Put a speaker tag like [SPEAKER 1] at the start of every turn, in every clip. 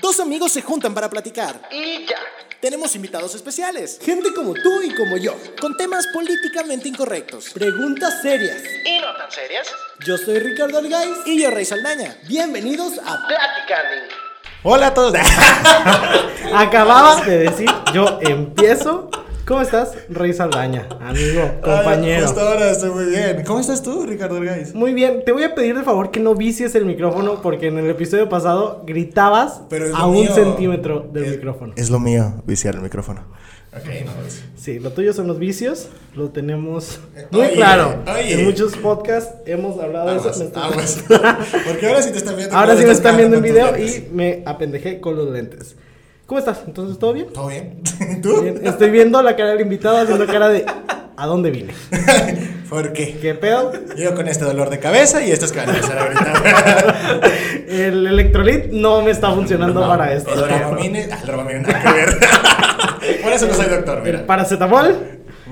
[SPEAKER 1] Dos amigos se juntan para platicar.
[SPEAKER 2] Y ya.
[SPEAKER 1] Tenemos invitados especiales,
[SPEAKER 3] Gente como tú y como yo.
[SPEAKER 1] con temas políticamente incorrectos.
[SPEAKER 3] Preguntas serias.
[SPEAKER 2] ¿Y no tan serias?
[SPEAKER 3] Yo soy Ricardo Argáiz.
[SPEAKER 1] Y yo, Rey Saldaña.
[SPEAKER 3] Bienvenidos a...
[SPEAKER 2] Platicando.
[SPEAKER 4] Hola a todos.
[SPEAKER 5] Acababas de decir, yo empiezo. ¿Cómo estás, Rey Saldaña? Amigo, compañero.
[SPEAKER 4] Hasta ahora estoy muy bien. ¿Cómo estás tú, Ricardo Argáiz?
[SPEAKER 5] Muy bien, te voy a pedir de favor que no vicies el micrófono porque en el episodio pasado gritabas
[SPEAKER 4] Pero es
[SPEAKER 5] a
[SPEAKER 4] lo
[SPEAKER 5] un
[SPEAKER 4] mío. Eh,
[SPEAKER 5] centímetro del
[SPEAKER 4] Es-
[SPEAKER 5] micrófono.
[SPEAKER 4] Es lo mío, viciar el micrófono. Ok, no pues.
[SPEAKER 5] Sí, lo tuyo son los vicios, lo tenemos
[SPEAKER 4] Eh,
[SPEAKER 5] muy
[SPEAKER 4] oye,
[SPEAKER 5] claro.
[SPEAKER 4] oye.
[SPEAKER 5] En muchos podcasts hemos hablado de
[SPEAKER 4] Aguas,
[SPEAKER 5] eso. Ah, pues, me estoy-
[SPEAKER 4] aguas. Porque ahora sí te están viendo.
[SPEAKER 5] Ahora
[SPEAKER 4] cómo
[SPEAKER 5] sí me
[SPEAKER 4] estás
[SPEAKER 5] están viendo en
[SPEAKER 4] grabando
[SPEAKER 5] video
[SPEAKER 4] con tus
[SPEAKER 5] y me apendejé con los lentes. ¿Cómo estás? Entonces, ¿todo bien?
[SPEAKER 4] lentes. ¿Todo bien? ¿Tú?
[SPEAKER 5] Bien, Estoy viendo la cara del invitado haciendo cara de ¿a dónde vine?
[SPEAKER 4] ¿Por qué?
[SPEAKER 5] ¿Qué pedo?
[SPEAKER 4] Yo con este dolor de cabeza y estos que van a empezar ahorita.
[SPEAKER 5] El electrolit no me está funcionando para esto.
[SPEAKER 4] El dramamine. Ah, el dramamine, nada que ver. Por eso no soy doctor,
[SPEAKER 5] El
[SPEAKER 4] mira.
[SPEAKER 5] paracetamol.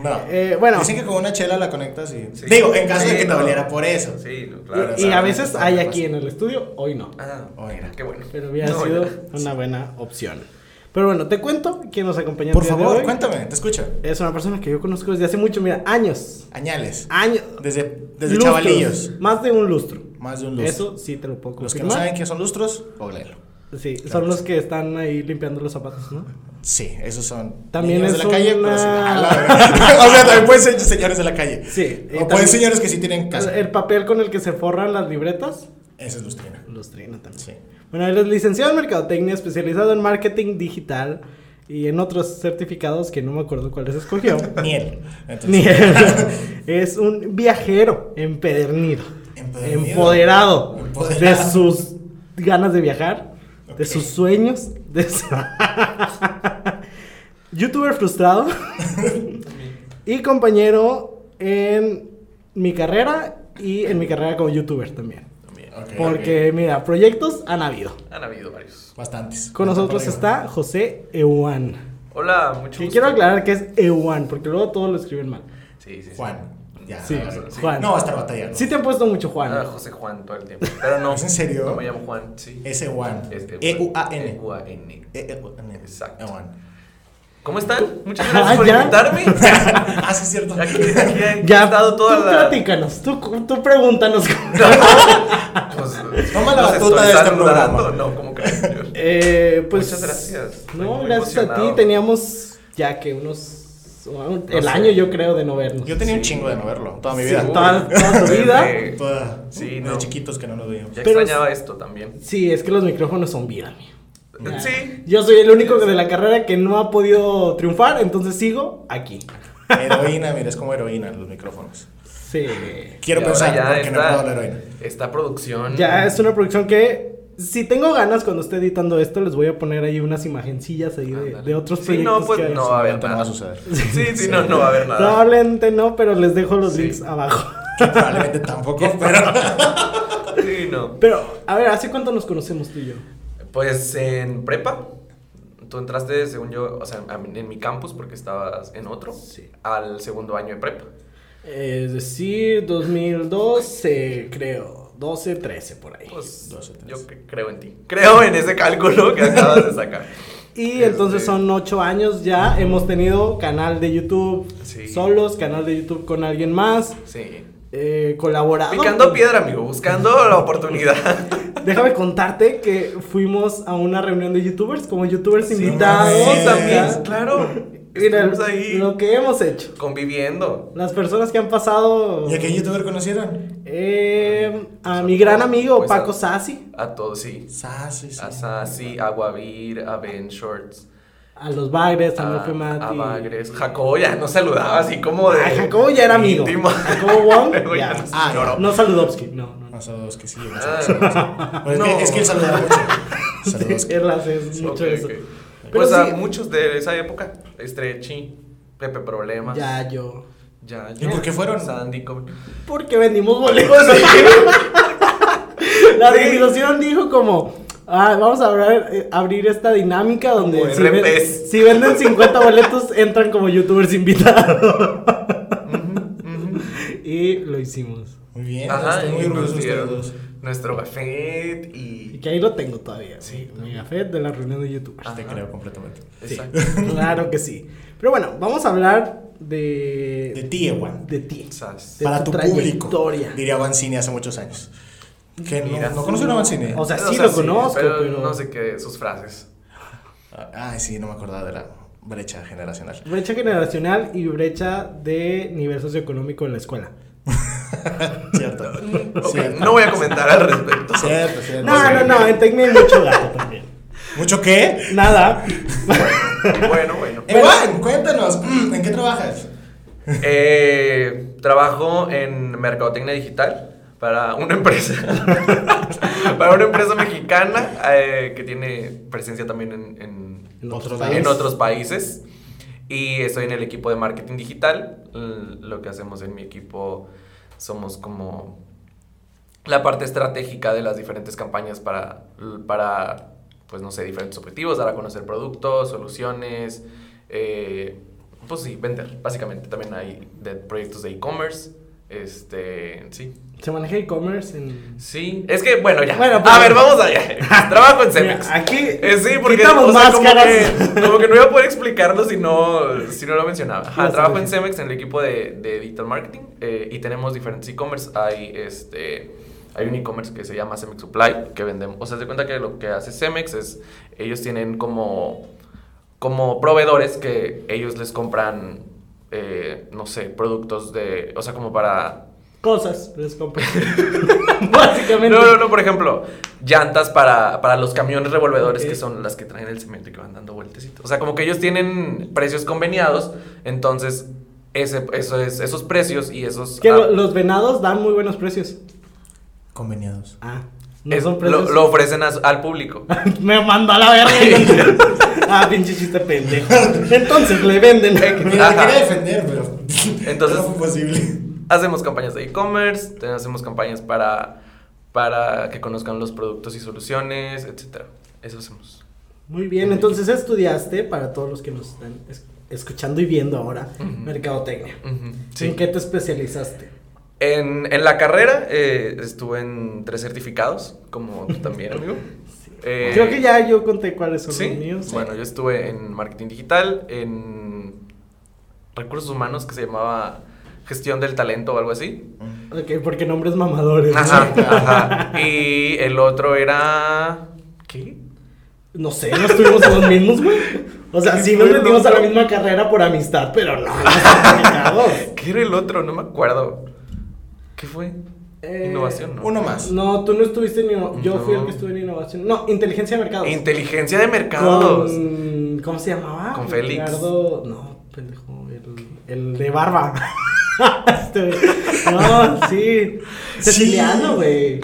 [SPEAKER 4] No.
[SPEAKER 5] eh, bueno.
[SPEAKER 4] Dicen que con una chela la conectas y. Digo, en caso de
[SPEAKER 6] Sí,
[SPEAKER 4] que te
[SPEAKER 6] no.
[SPEAKER 4] doliera por eso.
[SPEAKER 6] Sí, no, claro.
[SPEAKER 4] Claro,
[SPEAKER 5] y a
[SPEAKER 4] sabe,
[SPEAKER 5] veces
[SPEAKER 4] sabe,
[SPEAKER 5] hay
[SPEAKER 4] pasa.
[SPEAKER 5] aquí en el estudio, hoy no.
[SPEAKER 6] Ah,
[SPEAKER 4] Oh, mira.
[SPEAKER 6] qué bueno.
[SPEAKER 5] Pero hubiera
[SPEAKER 6] No,
[SPEAKER 5] sido
[SPEAKER 6] ya.
[SPEAKER 5] una buena opción. Pero bueno, te cuento quién nos acompaña. el
[SPEAKER 4] Por
[SPEAKER 5] día de
[SPEAKER 4] favor,
[SPEAKER 5] hoy.
[SPEAKER 4] cuéntame, te escucho.
[SPEAKER 5] Es una persona que yo conozco desde hace mucho, mira, años.
[SPEAKER 4] Añales.
[SPEAKER 5] Años.
[SPEAKER 4] Desde, desde
[SPEAKER 5] Lustros.
[SPEAKER 4] chavalillos.
[SPEAKER 5] Más de un lustro.
[SPEAKER 4] Más de un lustro.
[SPEAKER 5] Eso sí te lo puedo
[SPEAKER 4] Los que no
[SPEAKER 5] confirmar.
[SPEAKER 4] saben qué son lustros, googleenlo.
[SPEAKER 5] Sí, son los que están ahí limpiando los zapatos, ¿no?
[SPEAKER 4] Sí, esos son.
[SPEAKER 5] También
[SPEAKER 4] niños
[SPEAKER 5] es
[SPEAKER 4] de la calle,
[SPEAKER 5] una-
[SPEAKER 4] pero sí. Ah, la verdad. o sea, también pueden ser señores de la calle.
[SPEAKER 5] Sí, y
[SPEAKER 4] O
[SPEAKER 5] también- Eh,
[SPEAKER 4] pueden ser señores que sí tienen casa.
[SPEAKER 5] El papel con el que se forran las libretas.
[SPEAKER 4] Ese es lustrina.
[SPEAKER 5] Lustrino también.
[SPEAKER 4] Sí.
[SPEAKER 5] Bueno, él es licenciado en mercadotecnia, especializado en marketing digital y en otros certificados que no me acuerdo cuáles escogió.
[SPEAKER 4] Miel. Entonces,
[SPEAKER 5] Ni es un viajero empedernido,
[SPEAKER 4] Empedernido.
[SPEAKER 5] empoderado,
[SPEAKER 4] Empoderado.
[SPEAKER 5] de sus ganas de viajar,
[SPEAKER 4] Ok.
[SPEAKER 5] de sus sueños, de su- youtuber frustrado y compañero en mi carrera y en mi carrera como youtuber también.
[SPEAKER 4] ok,
[SPEAKER 5] Porque, mira, proyectos han habido.
[SPEAKER 6] Han habido varios.
[SPEAKER 4] ok. Bastantes.
[SPEAKER 5] Con nosotros
[SPEAKER 4] Bastante
[SPEAKER 5] está José Ewan.
[SPEAKER 6] Hola, mucho
[SPEAKER 5] Que
[SPEAKER 6] gusto.
[SPEAKER 5] quiero aclarar que es Ewan, porque luego todos lo escriben mal.
[SPEAKER 6] Sí, sí, sí.
[SPEAKER 4] arriba. Juan. Ya.
[SPEAKER 5] Sí,
[SPEAKER 4] ahora sí.
[SPEAKER 5] Juan.
[SPEAKER 4] No va a estar batallando.
[SPEAKER 5] Sí te han puesto mucho Juan.
[SPEAKER 6] Ah, José Juan todo el tiempo. Pero no.
[SPEAKER 4] ¿Es en serio? E
[SPEAKER 6] No me llamo Juan, sí.
[SPEAKER 4] Ese Juan.
[SPEAKER 6] Este,
[SPEAKER 4] E-U-A-N.
[SPEAKER 6] E-U-A-N.
[SPEAKER 4] E-E-U-N.
[SPEAKER 6] Exacto.
[SPEAKER 4] Ewan.
[SPEAKER 6] ¿Cómo están? Muchas
[SPEAKER 5] Ah,
[SPEAKER 6] gracias por
[SPEAKER 5] ¿ya?
[SPEAKER 6] invitarme.
[SPEAKER 4] Ah, sí, es cierto.
[SPEAKER 6] Aquí, aquí he
[SPEAKER 5] Ya,
[SPEAKER 6] dado toda
[SPEAKER 5] tú
[SPEAKER 6] la.
[SPEAKER 5] platícanos, tú, tú pregúntanos.
[SPEAKER 6] Pues,
[SPEAKER 4] Toma la
[SPEAKER 6] los
[SPEAKER 4] batuta
[SPEAKER 6] estoy
[SPEAKER 4] de este
[SPEAKER 6] saludando,
[SPEAKER 4] programa.
[SPEAKER 6] No, ¿cómo crees, señor?
[SPEAKER 5] Eh, pues,
[SPEAKER 6] Muchas gracias. Estoy
[SPEAKER 5] No,
[SPEAKER 6] muy
[SPEAKER 5] gracias a ti.
[SPEAKER 6] emocionado.
[SPEAKER 5] Teníamos ya que unos... un- el
[SPEAKER 6] sé.
[SPEAKER 5] año yo creo de no vernos.
[SPEAKER 4] Yo tenía un chingo de no verlo toda mi
[SPEAKER 5] Sí,
[SPEAKER 4] vida.
[SPEAKER 5] toda, toda tu
[SPEAKER 6] Desde-
[SPEAKER 5] vida.
[SPEAKER 4] Toda.
[SPEAKER 6] Sí,
[SPEAKER 4] Sí,
[SPEAKER 6] no.
[SPEAKER 4] chiquitos que no nos veíamos.
[SPEAKER 6] Ya
[SPEAKER 5] Pero-
[SPEAKER 6] extrañaba esto también.
[SPEAKER 5] Sí, es que los micrófonos son vida, mía.
[SPEAKER 6] Sí.
[SPEAKER 5] Yo soy el único de la carrera que no ha podido triunfar, entonces sigo aquí.
[SPEAKER 4] Heroína, mira, es como heroína en los micrófonos.
[SPEAKER 5] Sí.
[SPEAKER 4] Quiero
[SPEAKER 6] Y ahora
[SPEAKER 4] pensar,
[SPEAKER 6] ya
[SPEAKER 4] porque no
[SPEAKER 6] esta-
[SPEAKER 4] puedo hablar heroína.
[SPEAKER 6] Esta producción.
[SPEAKER 5] Ya es una producción que... Si tengo ganas cuando esté editando esto, les voy a poner ahí unas imagencillas ahí de,
[SPEAKER 6] Ándale.
[SPEAKER 5] de otros
[SPEAKER 6] Sí,
[SPEAKER 5] proyectos.
[SPEAKER 6] no, pues
[SPEAKER 5] que-
[SPEAKER 6] no va a haber
[SPEAKER 4] Ahorita no va a
[SPEAKER 6] nada.
[SPEAKER 4] suceder.
[SPEAKER 6] Sí, sí, no, no va a haber nada.
[SPEAKER 5] Probablemente no, pero les dejo los
[SPEAKER 6] Sí.
[SPEAKER 5] links abajo.
[SPEAKER 4] Probablemente tampoco, pero.
[SPEAKER 6] Sí, no.
[SPEAKER 5] Pero, a ver, ¿hace cuánto nos conocemos tú y yo?
[SPEAKER 6] Pues en prepa, tú entraste, según yo, o sea, a mí- en mi campus, porque estabas en otro,
[SPEAKER 5] Sí.
[SPEAKER 6] al segundo año de prepa.
[SPEAKER 5] Es decir, 2012, creo. 12, 13, por ahí.
[SPEAKER 6] Pues
[SPEAKER 4] Dos o tres.
[SPEAKER 6] yo cre- creo en ti. Creo en ese cálculo que acabas de sacar.
[SPEAKER 5] y entonces
[SPEAKER 6] este-
[SPEAKER 5] son 8 años ya. Hemos tenido canal de YouTube
[SPEAKER 6] Sí.
[SPEAKER 5] solos, canal de YouTube con alguien más.
[SPEAKER 6] Sí.
[SPEAKER 5] Eh, colaborado.
[SPEAKER 6] Picando piedra, amigo, buscando la oportunidad.
[SPEAKER 5] Déjame contarte que fuimos a una reunión de youtubers, como youtubers invitados.
[SPEAKER 4] mames.
[SPEAKER 6] Sí,
[SPEAKER 5] acá.
[SPEAKER 6] también, claro.
[SPEAKER 5] Mira,
[SPEAKER 6] Estamos ahí
[SPEAKER 5] lo que hemos hecho.
[SPEAKER 6] conviviendo.
[SPEAKER 5] Las personas que han pasado.
[SPEAKER 4] ¿Y a qué youtuber conocieron?
[SPEAKER 5] Eh, a mi gran amigo
[SPEAKER 6] Ah, Pues,
[SPEAKER 5] Paco
[SPEAKER 6] a-
[SPEAKER 5] Sassi,
[SPEAKER 6] A todos, sí.
[SPEAKER 4] Sassi. sí.
[SPEAKER 6] A Sassi, a Guavir, a Ben Shorts.
[SPEAKER 5] a los Bagres, a
[SPEAKER 6] a,
[SPEAKER 5] Mafe Mati.
[SPEAKER 6] a Ah, Bagres. Jacobo ya no saludaba así como de.
[SPEAKER 5] Ah, Jacobo ya era amigo.
[SPEAKER 6] íntimo.
[SPEAKER 5] Jacobo Wong,
[SPEAKER 6] Luego
[SPEAKER 5] ya.
[SPEAKER 6] ya no se
[SPEAKER 4] Ah,
[SPEAKER 6] lloró.
[SPEAKER 5] No Saludowski, no, no. no.
[SPEAKER 4] Más a dos que sí. más a
[SPEAKER 6] Ah,
[SPEAKER 4] dos.
[SPEAKER 6] no.
[SPEAKER 4] Pues es,
[SPEAKER 6] No.
[SPEAKER 4] que, es que él saluda mucho.
[SPEAKER 5] Sí,
[SPEAKER 4] Saludos.
[SPEAKER 5] él hace mucho
[SPEAKER 6] Ok,
[SPEAKER 5] eso.
[SPEAKER 6] ok.
[SPEAKER 5] Pero
[SPEAKER 6] Pues a
[SPEAKER 5] sí.
[SPEAKER 6] muchos de esa época. Estrechi, Pepe Problemas.
[SPEAKER 5] Ya yo.
[SPEAKER 6] Ya,
[SPEAKER 4] ¿Y por qué fueron?
[SPEAKER 6] Sandy. como-
[SPEAKER 5] Porque vendimos boletos. La organización dijo como. Ah, vamos a hablar- eh, abrir esta dinámica donde
[SPEAKER 6] Como
[SPEAKER 5] si, ven-
[SPEAKER 6] RPs.
[SPEAKER 5] si venden 50 boletos entran como youtubers invitados.
[SPEAKER 6] Ujú, ujú.
[SPEAKER 5] Y Y lo hicimos.
[SPEAKER 4] Muy bien,
[SPEAKER 6] Ajá,
[SPEAKER 4] estoy muy
[SPEAKER 6] y
[SPEAKER 4] orgulloso
[SPEAKER 6] nos
[SPEAKER 4] de ustedes
[SPEAKER 6] dieron
[SPEAKER 4] dos.
[SPEAKER 6] nuestro buffet
[SPEAKER 5] Y
[SPEAKER 6] y...
[SPEAKER 5] que ahí lo tengo todavía. Sí. Mi café de la reunión de youtubers.
[SPEAKER 4] Te creo completamente.
[SPEAKER 5] Sí,
[SPEAKER 6] Exacto.
[SPEAKER 5] claro que sí. Pero bueno, vamos a hablar de.
[SPEAKER 4] De ti, Ewan.
[SPEAKER 5] De ti.
[SPEAKER 6] Sas.
[SPEAKER 5] De
[SPEAKER 4] Para
[SPEAKER 5] tu
[SPEAKER 4] tu, público.
[SPEAKER 5] trayectoria.
[SPEAKER 4] Diría Vancini hace muchos años. Que no,
[SPEAKER 6] Mira.
[SPEAKER 4] no conocen a Vancini.
[SPEAKER 5] O sea, sí lo conozco, pero-
[SPEAKER 6] no sé qué, sus frases.
[SPEAKER 4] Ah, Ay, sí, no me acordaba de la brecha generacional.
[SPEAKER 5] Brecha generacional y brecha de nivel socioeconómico en la escuela.
[SPEAKER 4] Cierto.
[SPEAKER 6] Ok,
[SPEAKER 4] Cierto.
[SPEAKER 6] no voy a comentar al respecto.
[SPEAKER 4] Cierto, cierto.
[SPEAKER 5] No, no, no, en Tecme hay mucho gato también.
[SPEAKER 4] ¿Mucho qué?
[SPEAKER 5] Nada.
[SPEAKER 6] Bueno, bueno.
[SPEAKER 5] Eh,
[SPEAKER 4] Ewan, cuéntanos, mm, ¿en qué trabajas?
[SPEAKER 6] Eh, trabajo en mercadotecnia digital para una empresa. para una empresa mexicana eh, que tiene presencia también en, en-
[SPEAKER 5] En
[SPEAKER 4] Otro
[SPEAKER 5] otros
[SPEAKER 4] país.
[SPEAKER 6] en otros países. Y estoy en el equipo de marketing digital. L- Lo que hacemos en mi equipo somos como la parte estratégica de las diferentes campañas para, para pues no sé, diferentes objetivos, dar a conocer productos, soluciones, eh, pues sí, vender, básicamente. También hay de proyectos de e-commerce, este, sí.
[SPEAKER 5] Se maneja e-commerce en.
[SPEAKER 6] Sí, es que, bueno, ya.
[SPEAKER 5] Bueno,
[SPEAKER 6] a
[SPEAKER 5] pues-
[SPEAKER 6] ver, vamos allá. Trabajo en
[SPEAKER 5] Mira,
[SPEAKER 6] Cemex.
[SPEAKER 5] aquí
[SPEAKER 6] Eh, sí, porque
[SPEAKER 5] quitamos
[SPEAKER 6] o sea, como,
[SPEAKER 5] máscaras.
[SPEAKER 6] que, como que no iba a poder explicarlo si no, si no lo mencionaba. Ajá,
[SPEAKER 5] Ya
[SPEAKER 6] trabajo
[SPEAKER 5] sabes.
[SPEAKER 6] en Cemex, en el equipo de, de digital marketing, eh, y tenemos diferentes e-commerce. Hay este. Hay un e-commerce que se llama Cemex Supply, que vendemos. O sea, se cuenta que lo que hace Cemex es. Ellos tienen como. Como proveedores que ellos les compran. eh, no sé, productos de. O sea, como para.
[SPEAKER 5] Cosas, les compro. Básicamente.
[SPEAKER 6] No, no, no, por ejemplo, llantas para, para los camiones revolvedores
[SPEAKER 5] Ok.
[SPEAKER 6] que son las que traen el cemento y que van dando vueltecitos. O sea, como que ellos tienen precios conveniados, entonces ese, eso es, esos precios y esos...
[SPEAKER 5] Es que
[SPEAKER 6] ah,
[SPEAKER 5] lo- los venados dan muy buenos precios.
[SPEAKER 4] Conveniados.
[SPEAKER 5] Ah, no
[SPEAKER 6] es-
[SPEAKER 5] son
[SPEAKER 6] lo,
[SPEAKER 5] precios.
[SPEAKER 6] lo ofrecen a- al público.
[SPEAKER 5] Me mandó a la verga. ah, pinche chiste pendejo. Entonces le venden.
[SPEAKER 4] Mira, te
[SPEAKER 6] Ajá.
[SPEAKER 4] quería defender, pero.
[SPEAKER 6] Entonces-
[SPEAKER 4] No fue posible.
[SPEAKER 6] Hacemos campañas de e-commerce, te- hacemos campañas para, para que conozcan los productos y soluciones, etcétera. Eso hacemos.
[SPEAKER 5] Muy bien, entonces estudiaste, para todos los que nos están es- escuchando y viendo ahora, mercadotecnia.
[SPEAKER 6] Ujú,
[SPEAKER 5] ¿En qué te especializaste?
[SPEAKER 6] En, en la carrera eh, estuve en tres certificados, como tú también, amigo. Eh,
[SPEAKER 5] Creo que ya yo conté cuáles son
[SPEAKER 6] ¿Sí?
[SPEAKER 5] los míos.
[SPEAKER 6] Bueno, yo estuve en marketing digital, en recursos humanos que se llamaba gestión del talento o algo así.
[SPEAKER 5] Ok, porque nombres mamadores. ¿no?
[SPEAKER 6] Ajá, ajá. Y el otro era... ¿Qué?
[SPEAKER 5] No sé, no estuvimos en los mismos, güey. O sea, sí nos
[SPEAKER 6] Bueno.
[SPEAKER 5] metimos a la misma carrera por amistad, pero no. no estamos pegados.
[SPEAKER 6] ¿Qué era el otro? No me acuerdo. ¿Qué fue?
[SPEAKER 5] Eh,
[SPEAKER 6] Innovación, ¿no?
[SPEAKER 4] Uno más.
[SPEAKER 5] No, tú no estuviste en inno- Yo fui el
[SPEAKER 6] No.
[SPEAKER 5] que estuve en innovación. No, inteligencia de mercados.
[SPEAKER 6] Inteligencia de mercados.
[SPEAKER 5] Con, ¿Cómo se llamaba?
[SPEAKER 6] Con Félix.
[SPEAKER 5] Ricardo- No, pendejo. El, el de barba. Este güey. no, sí. Ceciliano, güey.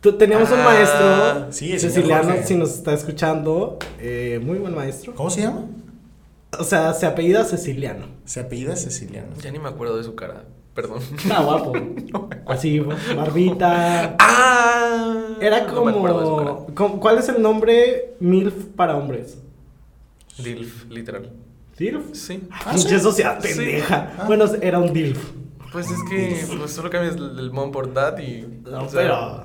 [SPEAKER 5] Tú- Teníamos un
[SPEAKER 6] Ah,
[SPEAKER 5] maestro.
[SPEAKER 4] sí, el señor
[SPEAKER 5] Ceciliano,
[SPEAKER 4] Jorge.
[SPEAKER 5] si nos está escuchando. eh, muy buen maestro.
[SPEAKER 4] ¿Cómo se llama?
[SPEAKER 5] O sea, se apellida Ceciliano.
[SPEAKER 4] Se apellida Ceciliano.
[SPEAKER 6] Ya ni me acuerdo de su cara. Perdón.
[SPEAKER 5] Está guapo. Así, barbita.
[SPEAKER 6] Ah.
[SPEAKER 5] Era
[SPEAKER 6] no me acuerdo de su cara.
[SPEAKER 5] como. ¿cu- ¿Cuál es el nombre MILF para hombres?
[SPEAKER 6] Dilf, literal.
[SPEAKER 5] ¿DILF?
[SPEAKER 6] Sí.
[SPEAKER 5] Pinche sociedad
[SPEAKER 6] Sí.
[SPEAKER 5] pendeja. Bueno, era un DILF.
[SPEAKER 6] Pues es que pues solo cambias el, el mom por dad y.
[SPEAKER 5] No,
[SPEAKER 6] o sea,
[SPEAKER 5] pero.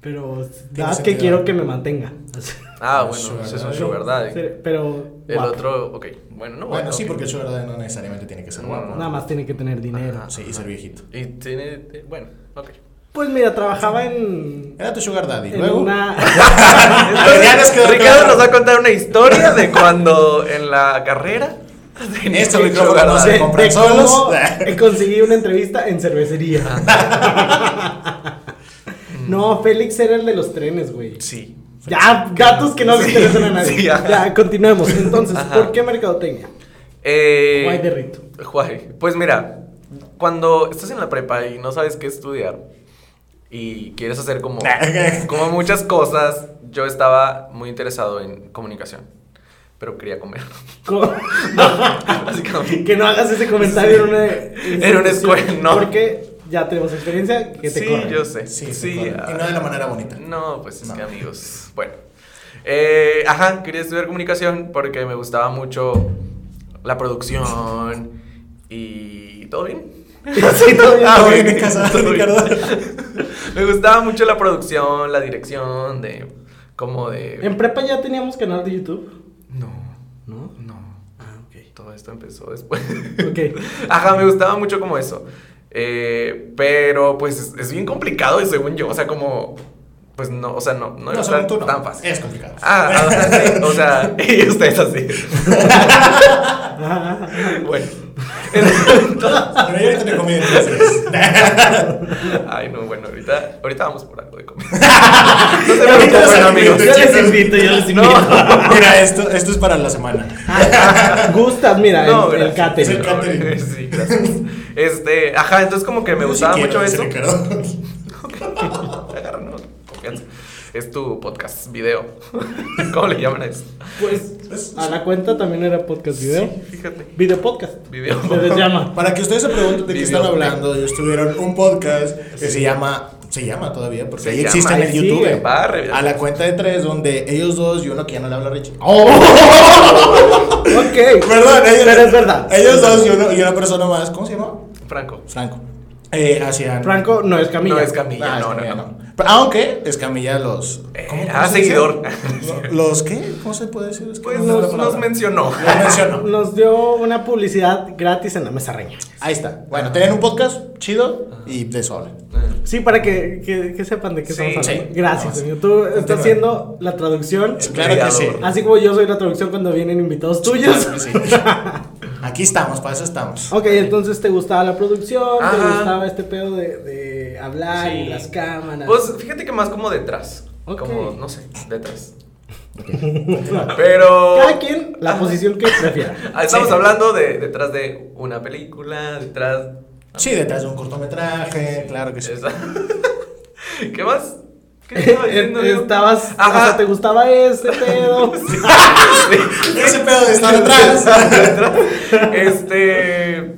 [SPEAKER 5] Pero.
[SPEAKER 4] Tiene
[SPEAKER 5] Dad que
[SPEAKER 4] sentido.
[SPEAKER 5] quiero que me mantenga. Así.
[SPEAKER 6] Ah, bueno,
[SPEAKER 4] Sugar
[SPEAKER 6] ese es un
[SPEAKER 4] daddy.
[SPEAKER 6] sugar daddy.
[SPEAKER 5] Ser- Pero.
[SPEAKER 6] El
[SPEAKER 5] guapo.
[SPEAKER 6] otro, ok. Bueno, no,
[SPEAKER 4] Bueno, sí,
[SPEAKER 6] ok.
[SPEAKER 4] porque el sugar daddy no necesariamente tiene que ser guapo.
[SPEAKER 5] Nada más tiene que tener dinero.
[SPEAKER 4] Sí, y ser viejito.
[SPEAKER 6] Y tiene. eh, Bueno, ok.
[SPEAKER 5] Pues mira, trabajaba en.
[SPEAKER 4] Era tu sugar daddy.
[SPEAKER 5] En
[SPEAKER 4] Luego.
[SPEAKER 5] una.
[SPEAKER 4] Entonces, ya nos quedó
[SPEAKER 6] Ricardo
[SPEAKER 4] claro.
[SPEAKER 6] nos va a contar una historia de cuando en la carrera.
[SPEAKER 4] En
[SPEAKER 6] tenía
[SPEAKER 4] este
[SPEAKER 6] un
[SPEAKER 4] micrófono
[SPEAKER 6] sugar
[SPEAKER 4] no
[SPEAKER 6] daddy.
[SPEAKER 4] se
[SPEAKER 5] de
[SPEAKER 4] compran
[SPEAKER 5] cómo
[SPEAKER 4] solos.
[SPEAKER 5] conseguí una entrevista en cervecería. no, Félix era el de los trenes, güey.
[SPEAKER 6] Sí.
[SPEAKER 5] Ya, gatos que no les
[SPEAKER 6] Sí,
[SPEAKER 5] interesan a nadie.
[SPEAKER 6] sí,
[SPEAKER 5] ya.
[SPEAKER 6] ya.
[SPEAKER 5] continuemos. Entonces,
[SPEAKER 6] Ajá.
[SPEAKER 5] ¿por qué mercadotecnia?
[SPEAKER 6] Eh,
[SPEAKER 5] Guay de rito.
[SPEAKER 6] Guay. Pues mira, cuando estás en la prepa y no sabes qué estudiar y quieres hacer como, como muchas cosas, yo estaba muy interesado en comunicación, pero quería comer.
[SPEAKER 5] Co-
[SPEAKER 6] Básicamente.
[SPEAKER 5] que no hagas ese comentario en una.
[SPEAKER 6] En una escuela, no.
[SPEAKER 5] Porque ya tenemos experiencia que te
[SPEAKER 6] sí,
[SPEAKER 5] corren.
[SPEAKER 6] yo sé.
[SPEAKER 4] Sí, sí. Y no de la manera bonita.
[SPEAKER 6] No, pues es
[SPEAKER 4] No.
[SPEAKER 6] que amigos. Bueno. Eh, ajá, quería estudiar comunicación porque me gustaba mucho la producción y todo bien.
[SPEAKER 5] Sí, todo bien.
[SPEAKER 4] Ah,
[SPEAKER 5] todo
[SPEAKER 4] bien
[SPEAKER 5] bien.
[SPEAKER 4] en casa,
[SPEAKER 6] Todo bien.
[SPEAKER 4] Ricardo.
[SPEAKER 6] Me gustaba mucho la producción, la dirección, de. Como de.
[SPEAKER 4] Em-
[SPEAKER 5] En prepa ya teníamos canal de YouTube.
[SPEAKER 6] No,
[SPEAKER 5] ¿No?
[SPEAKER 6] no.
[SPEAKER 5] Ah, ok.
[SPEAKER 6] Todo esto empezó después.
[SPEAKER 5] Ok.
[SPEAKER 6] Ajá, me gustaba mucho como eso. Eh, pero pues es, es bien complicado, según yo. O sea, como. Pues no, o sea, no, no,
[SPEAKER 4] No,
[SPEAKER 6] era
[SPEAKER 4] según
[SPEAKER 6] tan,
[SPEAKER 4] tú no.
[SPEAKER 6] tan fácil.
[SPEAKER 4] Es complicado.
[SPEAKER 6] Ah, ah, o sea, sí, o sea, y ustedes así. bueno. Entonces-
[SPEAKER 4] Pero yo ahorita te comí entonces.
[SPEAKER 6] ay, no, bueno, ahorita, ahorita vamos por algo de comida. No se me
[SPEAKER 4] Ahorita
[SPEAKER 6] preocupen,
[SPEAKER 4] salimos
[SPEAKER 6] amigos.
[SPEAKER 4] de
[SPEAKER 5] Yo les invito, yo les invito.
[SPEAKER 4] Mira, esto, esto es para la semana.
[SPEAKER 5] Gustas, mira,
[SPEAKER 6] No,
[SPEAKER 5] el, el
[SPEAKER 6] gracias.
[SPEAKER 5] catering.
[SPEAKER 4] Es el catering.
[SPEAKER 6] Sí, gracias. Este, ajá, entonces como que me
[SPEAKER 4] Yo sí
[SPEAKER 6] gustaba
[SPEAKER 4] quiero,
[SPEAKER 6] mucho
[SPEAKER 4] dice
[SPEAKER 6] eso.
[SPEAKER 4] Ricardo.
[SPEAKER 6] Agárranos, confianza. Es tu podcast video. ¿Cómo le llaman a eso?
[SPEAKER 5] Pues a la cuenta también era podcast video.
[SPEAKER 6] Fíjate.
[SPEAKER 5] Video podcast.
[SPEAKER 6] Video.
[SPEAKER 5] Se les llama.
[SPEAKER 4] Para que ustedes se pregunten de qué
[SPEAKER 6] Video.
[SPEAKER 4] están hablando, ellos tuvieron un podcast que se llama. Se llama todavía, porque
[SPEAKER 6] Se
[SPEAKER 4] ahí
[SPEAKER 6] llama,
[SPEAKER 4] existe en
[SPEAKER 6] ahí
[SPEAKER 4] el
[SPEAKER 5] sigue,
[SPEAKER 4] YouTube.
[SPEAKER 6] barre.
[SPEAKER 4] a la cuenta de tres, donde ellos dos y uno que ya no le habla a Richie.
[SPEAKER 6] Oh.
[SPEAKER 5] Ok. Perdón,
[SPEAKER 4] Perdón, ellos,
[SPEAKER 5] pero es verdad.
[SPEAKER 4] Ellos dos y, uno- y una persona más. ¿Cómo se llama?
[SPEAKER 6] Franco.
[SPEAKER 4] Franco. Eh, hacían.
[SPEAKER 5] Franco no es Camila.
[SPEAKER 6] No es Camilla,
[SPEAKER 4] Ah,
[SPEAKER 6] no, no,
[SPEAKER 4] Escamilla
[SPEAKER 6] no.
[SPEAKER 4] Pero- Aunque Escamilla los.
[SPEAKER 6] Eh,
[SPEAKER 4] ¿cómo-
[SPEAKER 6] ah,
[SPEAKER 4] cómo se dice?
[SPEAKER 6] seguidor.
[SPEAKER 4] Lo- ¿Los qué? ¿Cómo se puede decir? Es que
[SPEAKER 6] Pues
[SPEAKER 4] no sé la
[SPEAKER 6] nos,
[SPEAKER 4] palabra.
[SPEAKER 6] nos mencionó.
[SPEAKER 4] Los mencionó.
[SPEAKER 5] Nos dio una publicidad gratis en la mesa reña.
[SPEAKER 4] Ahí está. Bueno, tenían un podcast chido y de eso hablan.
[SPEAKER 5] Sí, para que, que- que sepan de qué
[SPEAKER 6] Sí,
[SPEAKER 5] estamos hablando.
[SPEAKER 4] sí.
[SPEAKER 5] Gracias,
[SPEAKER 4] Vamos.
[SPEAKER 5] señor. Tú estás
[SPEAKER 4] Continúa.
[SPEAKER 5] haciendo la traducción.
[SPEAKER 4] Claro que sí.
[SPEAKER 5] Así como yo soy la traducción cuando vienen invitados tuyos.
[SPEAKER 4] Claro que sí. Aquí estamos, para eso estamos.
[SPEAKER 5] Ok, entonces te gustaba la producción, te
[SPEAKER 6] Ajá.
[SPEAKER 5] gustaba este pedo de, de hablar y
[SPEAKER 6] Sí.
[SPEAKER 5] las cámaras.
[SPEAKER 6] Pues fíjate que más como detrás.
[SPEAKER 5] Ok.
[SPEAKER 6] Como, no sé, detrás. Pero.
[SPEAKER 5] Cada quien la posición que prefiera.
[SPEAKER 6] Ah, Estamos
[SPEAKER 4] Sí.
[SPEAKER 6] hablando de detrás de una película, detrás.
[SPEAKER 4] Sí, detrás de un cortometraje, claro que sí.
[SPEAKER 6] Esa. ¿Qué más? ¿Qué estaba diciendo? yo?
[SPEAKER 5] Eh, Estabas, o sea,
[SPEAKER 6] Ah, Ajá.
[SPEAKER 5] te gustaba este pedo.
[SPEAKER 6] Ah, Sí.
[SPEAKER 4] Ese pedo de estar detrás.
[SPEAKER 6] Este.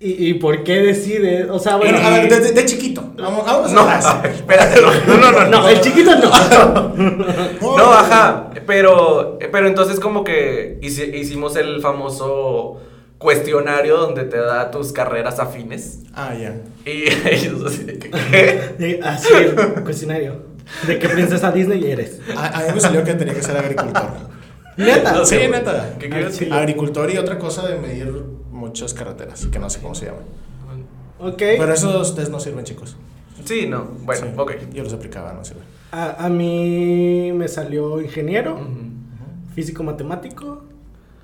[SPEAKER 5] ¿Y, y por qué decides? O sea, bueno.
[SPEAKER 4] Bueno, a ver, de, de- de chiquito. Vamos, vamos
[SPEAKER 6] No,
[SPEAKER 4] atrás.
[SPEAKER 6] a ver, espérate, no, no, no, no, no. Ah,
[SPEAKER 5] no, el chiquito no.
[SPEAKER 6] No, ajá. Pero, pero entonces, como que hici- hicimos el famoso cuestionario donde te da tus carreras afines.
[SPEAKER 4] Ah, ya.
[SPEAKER 6] Y ellos así de que. ¿qué?
[SPEAKER 5] Eh, Así el cuestionario. ¿De qué princesa Disney eres?
[SPEAKER 4] A, a mí me salió que tenía que ser agricultor.
[SPEAKER 5] Neta.
[SPEAKER 4] Sí,
[SPEAKER 6] güey.
[SPEAKER 4] neta.
[SPEAKER 6] ¿Qué quieres?
[SPEAKER 5] chile.
[SPEAKER 4] Agricultor y otra cosa de medir muchas carreteras, que no sé cómo se llaman.
[SPEAKER 5] Ok.
[SPEAKER 4] Pero esos test no sirven, chicos.
[SPEAKER 6] Sí, no. Bueno,
[SPEAKER 4] Sí,
[SPEAKER 6] ok.
[SPEAKER 4] Yo los aplicaba, no sirven.
[SPEAKER 5] A, a mí me salió ingeniero,
[SPEAKER 6] Ujú.
[SPEAKER 5] físico matemático.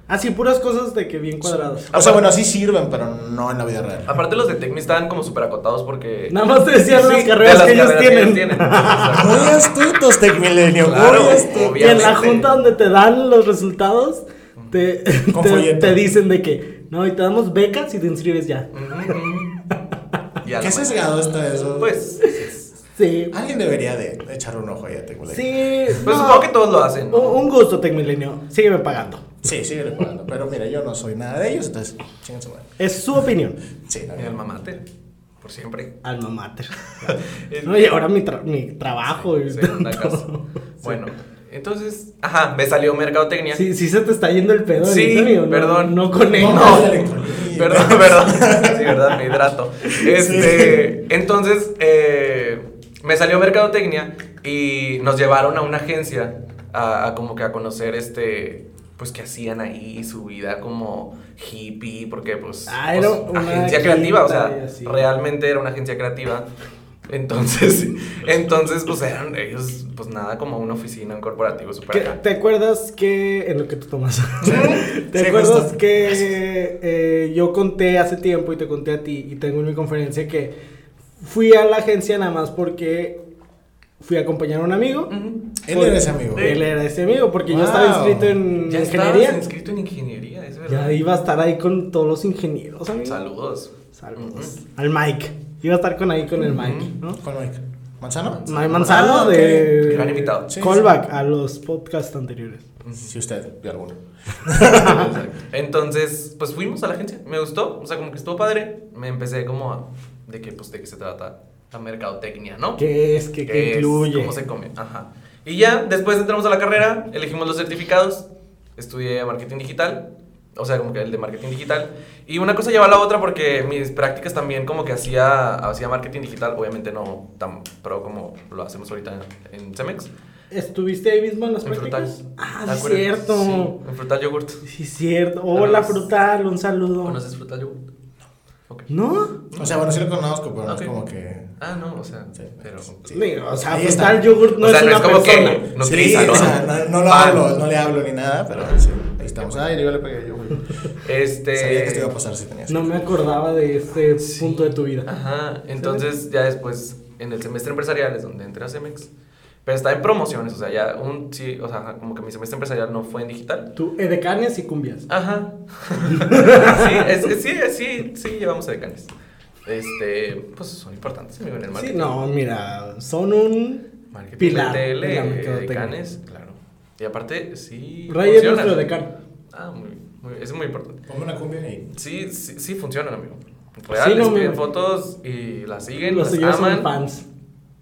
[SPEAKER 5] Así, puras cosas de que bien cuadradas.
[SPEAKER 4] O sea, bueno, sí sirven, pero no en la vida real.
[SPEAKER 6] Aparte, los de Tecmi estaban como súper acotados porque.
[SPEAKER 5] Nada más te decían
[SPEAKER 6] Sí,
[SPEAKER 5] las
[SPEAKER 6] de
[SPEAKER 5] carreras que ellos
[SPEAKER 6] carreras
[SPEAKER 5] tienen.
[SPEAKER 4] Muy astutos, Tech Milenio.
[SPEAKER 6] Claro,
[SPEAKER 4] muy astutos.
[SPEAKER 5] Este, Y en la
[SPEAKER 6] Obviamente.
[SPEAKER 5] junta donde te dan los resultados, te,
[SPEAKER 4] Con
[SPEAKER 5] te,
[SPEAKER 4] folleto.
[SPEAKER 5] te dicen de que no, y te damos becas y te inscribes ya.
[SPEAKER 6] Ya
[SPEAKER 4] Qué
[SPEAKER 6] no,
[SPEAKER 4] sesgado está eso.
[SPEAKER 6] Pues. Pues
[SPEAKER 5] Sí.
[SPEAKER 4] Alguien debería de echarle un ojo ahí a Tech Milenio.
[SPEAKER 5] Sí. no.
[SPEAKER 6] supongo que todos lo hacen. ¿no?
[SPEAKER 5] Un, un gusto, Tecmilenio. Sígueme pagando.
[SPEAKER 4] Sí, sigue pagando. Pero mira, yo no soy nada de ellos, entonces, chinganse madre.
[SPEAKER 5] Es su opinión.
[SPEAKER 4] Sí, la
[SPEAKER 6] Mi
[SPEAKER 4] verdad.
[SPEAKER 6] alma mater. Por siempre.
[SPEAKER 5] Alma mater.
[SPEAKER 6] El-
[SPEAKER 5] No, y ahora mi, tra- mi trabajo. y
[SPEAKER 6] Segunda
[SPEAKER 5] todo.
[SPEAKER 6] casa. Bueno, entonces. Ajá, me salió mercadotecnia.
[SPEAKER 5] Sí, sí se te está yendo el pedo.
[SPEAKER 6] Sí,
[SPEAKER 5] Antonio, no-
[SPEAKER 6] perdón.
[SPEAKER 5] No, con él.
[SPEAKER 4] No,
[SPEAKER 6] No.
[SPEAKER 4] de electrolina.
[SPEAKER 6] Perdón, perdón. Sí, verdad, me hidrato. Este, Entonces, eh, me salió mercadotecnia y nos llevaron a una agencia a, a como que a conocer este. Pues que hacían ahí su vida como hippie, porque pues,
[SPEAKER 5] Ah, era
[SPEAKER 6] pues,
[SPEAKER 5] una
[SPEAKER 6] agencia creativa, o
[SPEAKER 5] quinta y
[SPEAKER 6] sea,
[SPEAKER 5] así.
[SPEAKER 6] realmente era una agencia creativa. Entonces, entonces pues eran ellos, pues nada, como una oficina, un corporativo
[SPEAKER 5] ¿Qué-
[SPEAKER 6] super acá.
[SPEAKER 5] ¿Te acuerdas que. en lo que tú tomas. ¿Te
[SPEAKER 4] Sí,
[SPEAKER 5] acuerdas
[SPEAKER 4] justo.
[SPEAKER 5] que eh, yo conté hace tiempo y te conté a ti y tengo en mi conferencia que fui a la agencia nada más porque fui a acompañar a un amigo?
[SPEAKER 6] Ujú.
[SPEAKER 4] Él era ese amigo.
[SPEAKER 5] Él era ese amigo porque yo
[SPEAKER 4] Wow.
[SPEAKER 5] estaba inscrito en
[SPEAKER 6] Ya
[SPEAKER 5] ingeniería.
[SPEAKER 6] estabas inscrito en ingeniería, es verdad.
[SPEAKER 5] Ya iba a estar ahí con todos los ingenieros, amigo.
[SPEAKER 6] Saludos.
[SPEAKER 5] Saludos. Al Mike. Iba a estar con ahí con el Mike, ¿no?
[SPEAKER 4] ¿Cuál Mike? ¿Manzano?
[SPEAKER 5] Mike Manzano
[SPEAKER 4] Ah, ok.
[SPEAKER 5] de.
[SPEAKER 6] Gran invitado.
[SPEAKER 4] Sí,
[SPEAKER 5] Callback a los podcasts anteriores.
[SPEAKER 4] Si usted vio alguno.
[SPEAKER 6] Exacto. Entonces, pues fuimos a la agencia. Me gustó, o sea, como que estuvo padre. Me empecé como a de que pues de qué se trata la mercadotecnia, ¿no?
[SPEAKER 5] ¿Qué es? ¿Qué, qué
[SPEAKER 6] ¿Qué es?
[SPEAKER 5] incluye?
[SPEAKER 6] ¿Cómo se come? Ajá. Y ya después entramos a la carrera, elegimos los certificados. Estudié marketing digital O sea, como que el de marketing digital. Y una cosa lleva a la otra porque mis prácticas también como que hacía, hacía marketing digital, obviamente no tan pro como lo hacemos ahorita en, en Cemex.
[SPEAKER 5] ¿Estuviste ahí mismo en las
[SPEAKER 6] En Frutal.
[SPEAKER 5] prácticas? Ah,
[SPEAKER 6] ¿Te
[SPEAKER 5] sí,
[SPEAKER 6] acuerdas?
[SPEAKER 5] cierto.
[SPEAKER 6] Sí, en Frutal Yogurt.
[SPEAKER 5] Sí, cierto. Hola,
[SPEAKER 6] Saludos.
[SPEAKER 5] Frutal, un saludo.
[SPEAKER 6] ¿Conoces Frutal Yogurt? Ok.
[SPEAKER 5] ¿No?
[SPEAKER 4] O sea, bueno, sí lo conozco, pero no
[SPEAKER 6] Ok.
[SPEAKER 4] es como que.
[SPEAKER 6] Ah, no, o sea,
[SPEAKER 4] Sí.
[SPEAKER 6] pero...
[SPEAKER 5] Digo, o sea, pues,
[SPEAKER 4] Ahí está.
[SPEAKER 5] Frutal Yogurt no
[SPEAKER 6] o sea,
[SPEAKER 5] es una persona.
[SPEAKER 6] que nutriza,
[SPEAKER 4] Sí,
[SPEAKER 6] ¿no?
[SPEAKER 4] o sea, no, no lo
[SPEAKER 6] Pan.
[SPEAKER 4] hablo, no le hablo ni nada, pero sí, ahí estamos. Ay, yo le pegué yo, güey.
[SPEAKER 6] Este...
[SPEAKER 4] Sabía que esto iba a pasar si tenías.
[SPEAKER 5] No me acordaba de este punto de tu vida.
[SPEAKER 6] Ajá, entonces ya después en el semestre empresarial es donde entré a Cemex. Pero está en promociones, o sea, ya un sí, o sea, ajá, como que mi semestre empresarial no fue en digital.
[SPEAKER 5] Tú, edecanes y cumbias.
[SPEAKER 6] Ajá. sí, es- es- sí, sí, sí, llevamos decanes. Este, pues son importantes, amigo, en el
[SPEAKER 5] Sí,
[SPEAKER 6] marketing.
[SPEAKER 5] no, mira, son un
[SPEAKER 6] Marketing
[SPEAKER 5] pilar.
[SPEAKER 6] de tele,
[SPEAKER 5] de la mercadotecnia.
[SPEAKER 6] decanes, claro. Y aparte, sí.
[SPEAKER 5] Ray es
[SPEAKER 6] funciona.
[SPEAKER 5] nuestro decano.
[SPEAKER 6] Ah, muy, muy, es muy importante.
[SPEAKER 4] Ponme una cumbia y.
[SPEAKER 6] Sí, sí, sí funcionan, amigo. Real,
[SPEAKER 5] Sí, no,
[SPEAKER 6] les
[SPEAKER 5] me
[SPEAKER 6] piden
[SPEAKER 5] imagino.
[SPEAKER 6] fotos y las siguen,
[SPEAKER 5] Los
[SPEAKER 6] las
[SPEAKER 5] seguidores
[SPEAKER 6] aman.
[SPEAKER 5] son fans.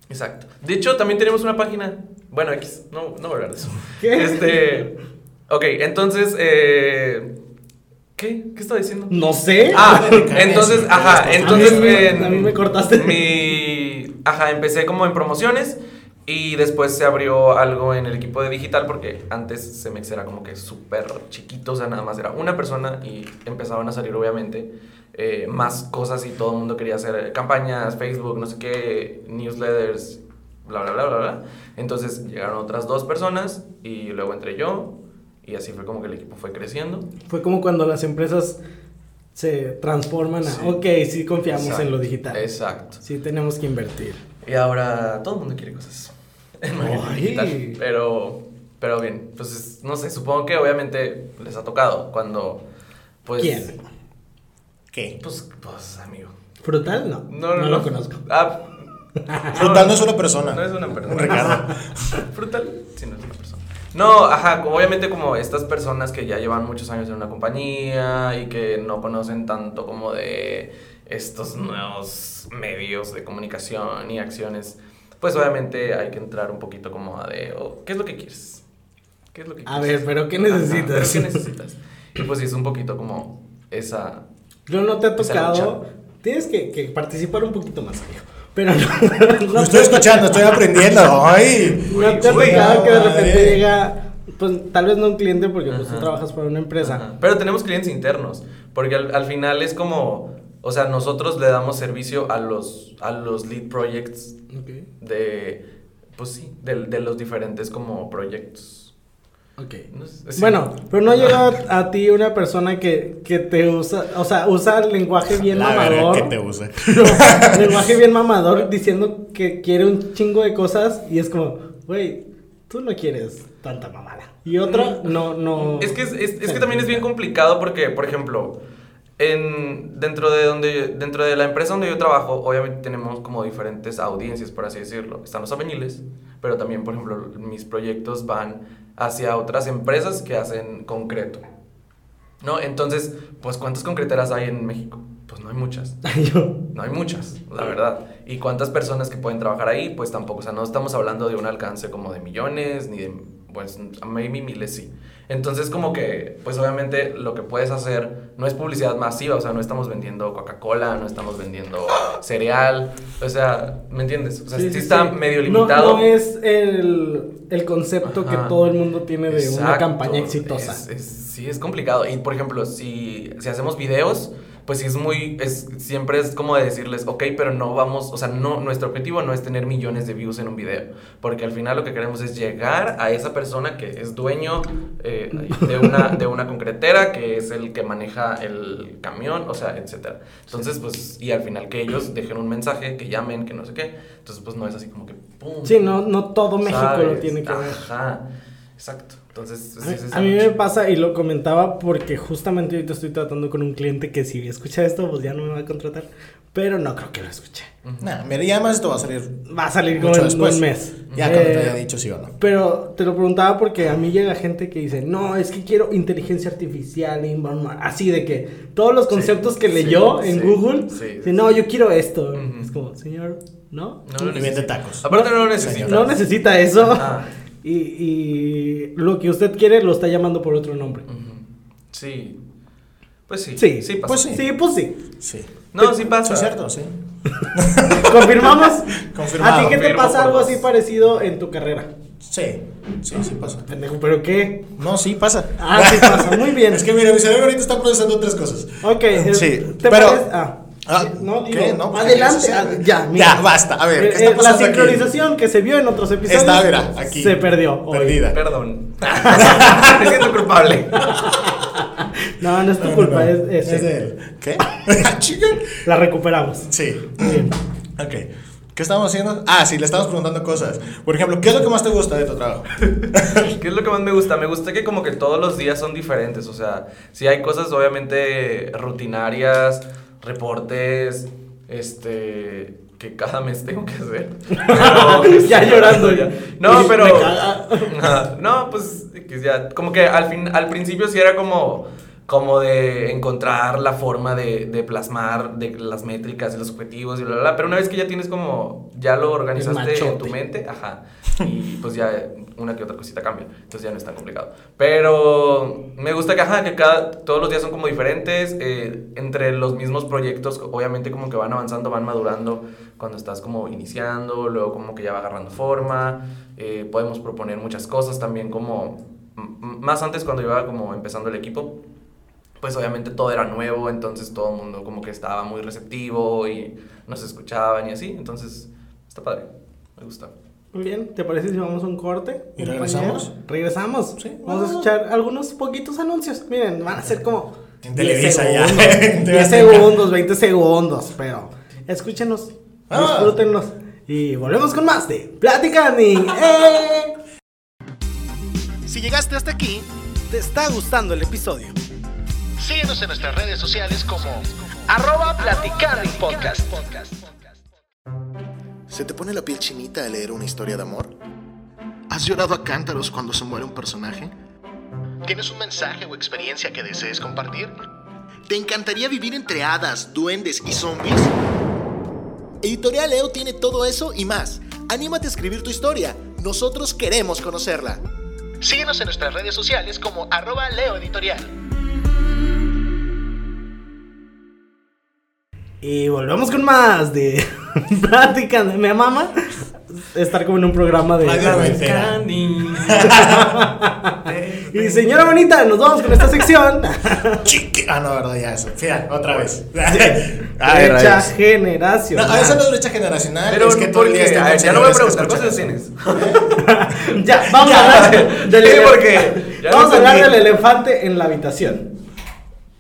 [SPEAKER 6] Exacto. De hecho, también tenemos una página. Bueno, X, no, no voy a hablar de eso.
[SPEAKER 5] ¿Qué?
[SPEAKER 6] Este. Ok, entonces. Eh, ¿Qué? ¿Qué estaba diciendo?
[SPEAKER 5] No sé.
[SPEAKER 6] Ah, entonces, ajá, entonces.
[SPEAKER 5] A mí me-
[SPEAKER 6] en-
[SPEAKER 5] a mí me cortaste.
[SPEAKER 6] Mi. Ajá, empecé como en promociones. Y después se abrió algo en el equipo de digital porque antes Cemex era como que súper chiquito, o sea, nada más era una persona y empezaban a salir obviamente eh, más cosas y todo el mundo quería hacer campañas, Facebook, no sé qué, newsletters, bla, bla, bla, bla, bla. Entonces llegaron otras dos personas y luego entré yo y así fue como que el equipo fue creciendo.
[SPEAKER 5] Fue como cuando las empresas se transforman a,
[SPEAKER 6] Sí.
[SPEAKER 5] ok, sí confiamos en lo
[SPEAKER 6] Exacto,
[SPEAKER 5] digital.
[SPEAKER 6] Exacto.
[SPEAKER 5] Sí, tenemos que invertir.
[SPEAKER 6] Y ahora todo el mundo quiere cosas. en marketing
[SPEAKER 5] Ay.
[SPEAKER 6] digital. Pero, pero bien, entonces, no sé, supongo que obviamente les ha tocado cuando, pues...
[SPEAKER 5] ¿Quién?
[SPEAKER 4] ¿Qué?
[SPEAKER 6] Pues, pues, amigo.
[SPEAKER 5] ¿Frutal? No.
[SPEAKER 6] No, no,
[SPEAKER 5] lo conozco.
[SPEAKER 6] Ah,
[SPEAKER 4] Frutal no es una persona.
[SPEAKER 6] no es una persona.
[SPEAKER 4] Un recado.
[SPEAKER 6] Frutal, sí, no es una persona. No, ajá, como obviamente como estas personas que ya llevan muchos años en una compañía y que no conocen tanto como de estos nuevos medios de comunicación y acciones, pues obviamente hay que entrar un poquito como a de, oh, ¿qué es lo que quieres? ¿Qué es lo que
[SPEAKER 5] A ver,
[SPEAKER 6] quieres?
[SPEAKER 5] pero ¿qué
[SPEAKER 6] Ajá,
[SPEAKER 5] necesitas?
[SPEAKER 6] ¿pero ¿Qué necesitas? Y pues sí, es un poquito como esa...
[SPEAKER 5] Yo no te ha
[SPEAKER 6] Esa
[SPEAKER 5] tocado.
[SPEAKER 6] lucha.
[SPEAKER 5] Tienes que, que participar un poquito más, amigo. Pero no.
[SPEAKER 4] Lo estoy escuchando, estoy aprendiendo. Ay.
[SPEAKER 5] No te ha
[SPEAKER 4] Güey,
[SPEAKER 5] tocado
[SPEAKER 4] no,
[SPEAKER 5] que de repente
[SPEAKER 4] madre.
[SPEAKER 5] llega. Pues tal vez no un cliente porque pues, tú
[SPEAKER 6] Ajá.
[SPEAKER 5] trabajas para una empresa.
[SPEAKER 6] Ajá. Pero tenemos clientes internos, porque al, al final es como, o sea, nosotros le damos servicio a los, a los lead projects
[SPEAKER 5] Ok.
[SPEAKER 6] de, pues sí, de, de los diferentes como proyectos.
[SPEAKER 5] Ok.
[SPEAKER 6] No sé, sí.
[SPEAKER 5] Bueno, pero no llega a, a ti una persona que, que te usa, o sea, usa el lenguaje bien
[SPEAKER 4] La verga
[SPEAKER 5] mamador.
[SPEAKER 4] que te usa.
[SPEAKER 5] No, lenguaje bien mamador diciendo que quiere un chingo de cosas y es como, güey, tú no quieres tanta mamada. Y otro, no, no.
[SPEAKER 6] Mm. Es que, es, es- es que también es bien complicado porque, por ejemplo, en, dentro, de donde, dentro de la empresa donde yo trabajo, obviamente tenemos como diferentes audiencias, por así decirlo. Están los aveniles, pero también, por ejemplo, mis proyectos van hacia otras empresas que hacen concreto. ¿No? Entonces, pues, ¿cuántas concreteras hay en México? Pues no hay muchas.
[SPEAKER 5] Yo,
[SPEAKER 6] No hay muchas, la verdad. ¿Y cuántas personas que pueden trabajar ahí? Pues tampoco, o sea, no estamos hablando de un alcance como de millones, ni de, pues, maybe miles sí. Entonces, como que, pues obviamente lo que puedes hacer no es publicidad masiva, o sea, no estamos vendiendo Coca-Cola, no estamos vendiendo cereal, o sea, ¿me entiendes? O sea, sí,
[SPEAKER 5] sí, sí,
[SPEAKER 6] está
[SPEAKER 5] sí.
[SPEAKER 6] medio
[SPEAKER 5] No-
[SPEAKER 6] limitado.
[SPEAKER 5] No, es el, el concepto
[SPEAKER 6] Ajá.
[SPEAKER 5] que todo el mundo tiene de una
[SPEAKER 6] Exacto,
[SPEAKER 5] campaña exitosa.
[SPEAKER 6] es- es- sí, es complicado. Y por ejemplo, si, si hacemos videos, pues sí es muy. Es, siempre es como de decirles, ok, pero no vamos. O sea, no, nuestro objetivo no es tener millones de views en un video. Porque al final lo que queremos es llegar a esa persona que es dueño eh, de, una, de una concretera, que es el que maneja el camión, o sea, etcétera. Entonces, pues, y al final que ellos dejen un mensaje, que llamen, que no sé qué. Entonces, pues no es así como que pum.
[SPEAKER 5] Sí, no, no todo México lo
[SPEAKER 6] ¿sabes?
[SPEAKER 5] tiene que ver.
[SPEAKER 6] Ajá, exacto. Entonces,
[SPEAKER 5] A
[SPEAKER 6] sí,
[SPEAKER 5] mí-
[SPEAKER 6] sí, sí.
[SPEAKER 5] A mí me pasa, y lo comentaba porque justamente ahorita estoy tratando con un cliente que si escucha esto, pues ya no me va a contratar. Pero no creo que lo escuche.
[SPEAKER 4] Nah, mira, ya más esto va a salir.
[SPEAKER 5] Va a salir como
[SPEAKER 4] mucho
[SPEAKER 5] en
[SPEAKER 4] después.
[SPEAKER 5] un mes.
[SPEAKER 4] Ya cuando
[SPEAKER 5] Eh,
[SPEAKER 4] te haya dicho sí o no.
[SPEAKER 5] Pero te lo preguntaba porque a mí llega gente que dice, no, es que quiero inteligencia artificial, inbound mar-". así de que todos los conceptos que
[SPEAKER 6] sí,
[SPEAKER 5] leyó en
[SPEAKER 6] sí,
[SPEAKER 5] Google,
[SPEAKER 6] sí,
[SPEAKER 5] dice,
[SPEAKER 6] sí,
[SPEAKER 5] no, yo quiero esto.
[SPEAKER 6] Ujú.
[SPEAKER 5] Es como, señor, ¿no?
[SPEAKER 6] No lo
[SPEAKER 4] Y vende
[SPEAKER 6] necesito.
[SPEAKER 4] tacos.
[SPEAKER 6] Aparte, no lo necesito.
[SPEAKER 5] No necesita eso.
[SPEAKER 6] Ajá.
[SPEAKER 5] Y, y lo que usted quiere lo está llamando por otro nombre.
[SPEAKER 6] Ujú. Sí. Pues sí.
[SPEAKER 5] Sí,
[SPEAKER 6] sí pasa.
[SPEAKER 4] pues
[SPEAKER 5] Sí, pues sí.
[SPEAKER 4] Sí.
[SPEAKER 6] No, sí pasa.
[SPEAKER 4] Sí, es cierto, sí.
[SPEAKER 5] ¿Confirmamos?
[SPEAKER 4] Confirmado.
[SPEAKER 5] ¿A ti qué te
[SPEAKER 6] Confirmo
[SPEAKER 5] pasa
[SPEAKER 6] por
[SPEAKER 5] algo
[SPEAKER 6] dos.
[SPEAKER 5] así parecido en tu carrera?
[SPEAKER 4] Sí, sí, sí pasa.
[SPEAKER 5] Pendejo, ¿pero qué?
[SPEAKER 4] No, sí pasa.
[SPEAKER 5] Ah, sí pasa. Muy bien.
[SPEAKER 4] Es que mira, mi cerebro ahorita está procesando tres cosas.
[SPEAKER 5] Ok. es-
[SPEAKER 4] Sí,
[SPEAKER 5] ¿te
[SPEAKER 4] pero-
[SPEAKER 5] parece? Ah.
[SPEAKER 4] Ah,
[SPEAKER 5] no,
[SPEAKER 4] ¿qué?
[SPEAKER 5] digo,
[SPEAKER 4] No, pues,
[SPEAKER 5] adelante.
[SPEAKER 4] ¿qué
[SPEAKER 5] ah,
[SPEAKER 4] es?
[SPEAKER 5] ya, mira.
[SPEAKER 4] Ya, basta. A ver, ¿qué
[SPEAKER 5] Eh,
[SPEAKER 4] está
[SPEAKER 5] eh, la
[SPEAKER 4] pasando aquí?
[SPEAKER 5] sincronización que se vio en otros episodios
[SPEAKER 4] Está, mira, aquí.
[SPEAKER 5] se perdió. hoy.
[SPEAKER 4] Perdida.
[SPEAKER 6] Perdón. Me siento culpable.
[SPEAKER 5] No, no es tu
[SPEAKER 4] No, no,
[SPEAKER 5] culpa,
[SPEAKER 4] no.
[SPEAKER 5] es, es-
[SPEAKER 4] Es de él. ¿Qué? Ah, chica.
[SPEAKER 5] La recuperamos.
[SPEAKER 4] Sí.
[SPEAKER 5] Bien.
[SPEAKER 4] Ok. ¿Qué estamos haciendo? Ah, sí, le estamos preguntando cosas. Por ejemplo, ¿qué es lo que más te gusta de tu trabajo?
[SPEAKER 6] ¿Qué es lo que más me gusta? Me gusta que como que todos los días son diferentes, o sea, si hay cosas obviamente rutinarias, reportes, este que cada mes tengo que hacer. Pero-
[SPEAKER 5] Ya llorando, ya.
[SPEAKER 6] No,
[SPEAKER 5] Me
[SPEAKER 6] pero
[SPEAKER 5] caga.
[SPEAKER 6] Ajá, no, pues que ya como que al fin al principio sí era como como de encontrar la forma de, de plasmar de las métricas y los objetivos y bla, bla, bla. Pero una vez que ya tienes como, ya lo organizaste en tu
[SPEAKER 5] machote.
[SPEAKER 6] mente, ajá, y pues ya una que otra cosita cambia, entonces ya no es tan complicado. Pero me gusta que, ajá, que cada, todos los días son como diferentes, eh, entre los mismos proyectos, obviamente como que van avanzando, van madurando, cuando estás como iniciando, luego como que ya va agarrando forma, eh, podemos proponer muchas cosas también como, m- m- más antes cuando iba como empezando el equipo, pues obviamente todo era nuevo, entonces todo el mundo como que estaba muy receptivo y nos escuchaban y así, entonces está padre, me gusta.
[SPEAKER 5] Muy bien, ¿te parece si vamos a un corte?
[SPEAKER 4] ¿Y regresamos?
[SPEAKER 5] compañero? Regresamos.
[SPEAKER 4] Sí.
[SPEAKER 5] Vamos a escuchar algunos poquitos anuncios. Miren, van a ser como
[SPEAKER 4] En
[SPEAKER 5] 10
[SPEAKER 4] Televisa ya.
[SPEAKER 5] segundos,
[SPEAKER 4] En
[SPEAKER 5] 10
[SPEAKER 4] Azteca.
[SPEAKER 5] segundos, 20 segundos, pero escúchenos,
[SPEAKER 4] Ah.
[SPEAKER 5] disfrútenos y volvemos con más de Platica Ni- ¡Eh!
[SPEAKER 1] Si llegaste hasta aquí, te está gustando el episodio.
[SPEAKER 2] Síguenos en nuestras redes sociales como arroba platicando podcast.
[SPEAKER 7] ¿Se te pone la piel chinita al leer una historia de amor?
[SPEAKER 2] ¿Has llorado a cántaros cuando se muere un personaje?
[SPEAKER 7] ¿Tienes un mensaje o experiencia que desees compartir? ¿Te encantaría vivir entre hadas, duendes y zombies?
[SPEAKER 1] Editorial Leo tiene todo eso y más. Anímate a escribir tu historia. Nosotros queremos conocerla.
[SPEAKER 2] Síguenos en nuestras redes sociales como arroba leo editorial.
[SPEAKER 5] Y volvemos con más de Platica Ni- Me mama estar como en un programa de...
[SPEAKER 4] Radio noventera.
[SPEAKER 5] Y señora bonita, nos vamos con esta sección.
[SPEAKER 4] Chique. Ah, no, verdad, ya eso. Fíjate, otra vez. A ver, a
[SPEAKER 5] Brecha
[SPEAKER 4] ver.
[SPEAKER 5] generación.
[SPEAKER 4] No, a veces no es brecha generacional.
[SPEAKER 6] Pero
[SPEAKER 4] es que todo el día
[SPEAKER 6] porque,
[SPEAKER 4] están
[SPEAKER 6] a ver,
[SPEAKER 4] con
[SPEAKER 6] ya no voy a
[SPEAKER 4] señores que
[SPEAKER 6] preguntar cosas de
[SPEAKER 4] escuchan.
[SPEAKER 6] cines.
[SPEAKER 5] Ya, vamos
[SPEAKER 6] Ya,
[SPEAKER 5] a hablar
[SPEAKER 6] sí,
[SPEAKER 5] del elef-
[SPEAKER 6] porque ya
[SPEAKER 5] Vamos
[SPEAKER 6] no
[SPEAKER 5] a hablar
[SPEAKER 6] entendí.
[SPEAKER 5] del elefante en la habitación.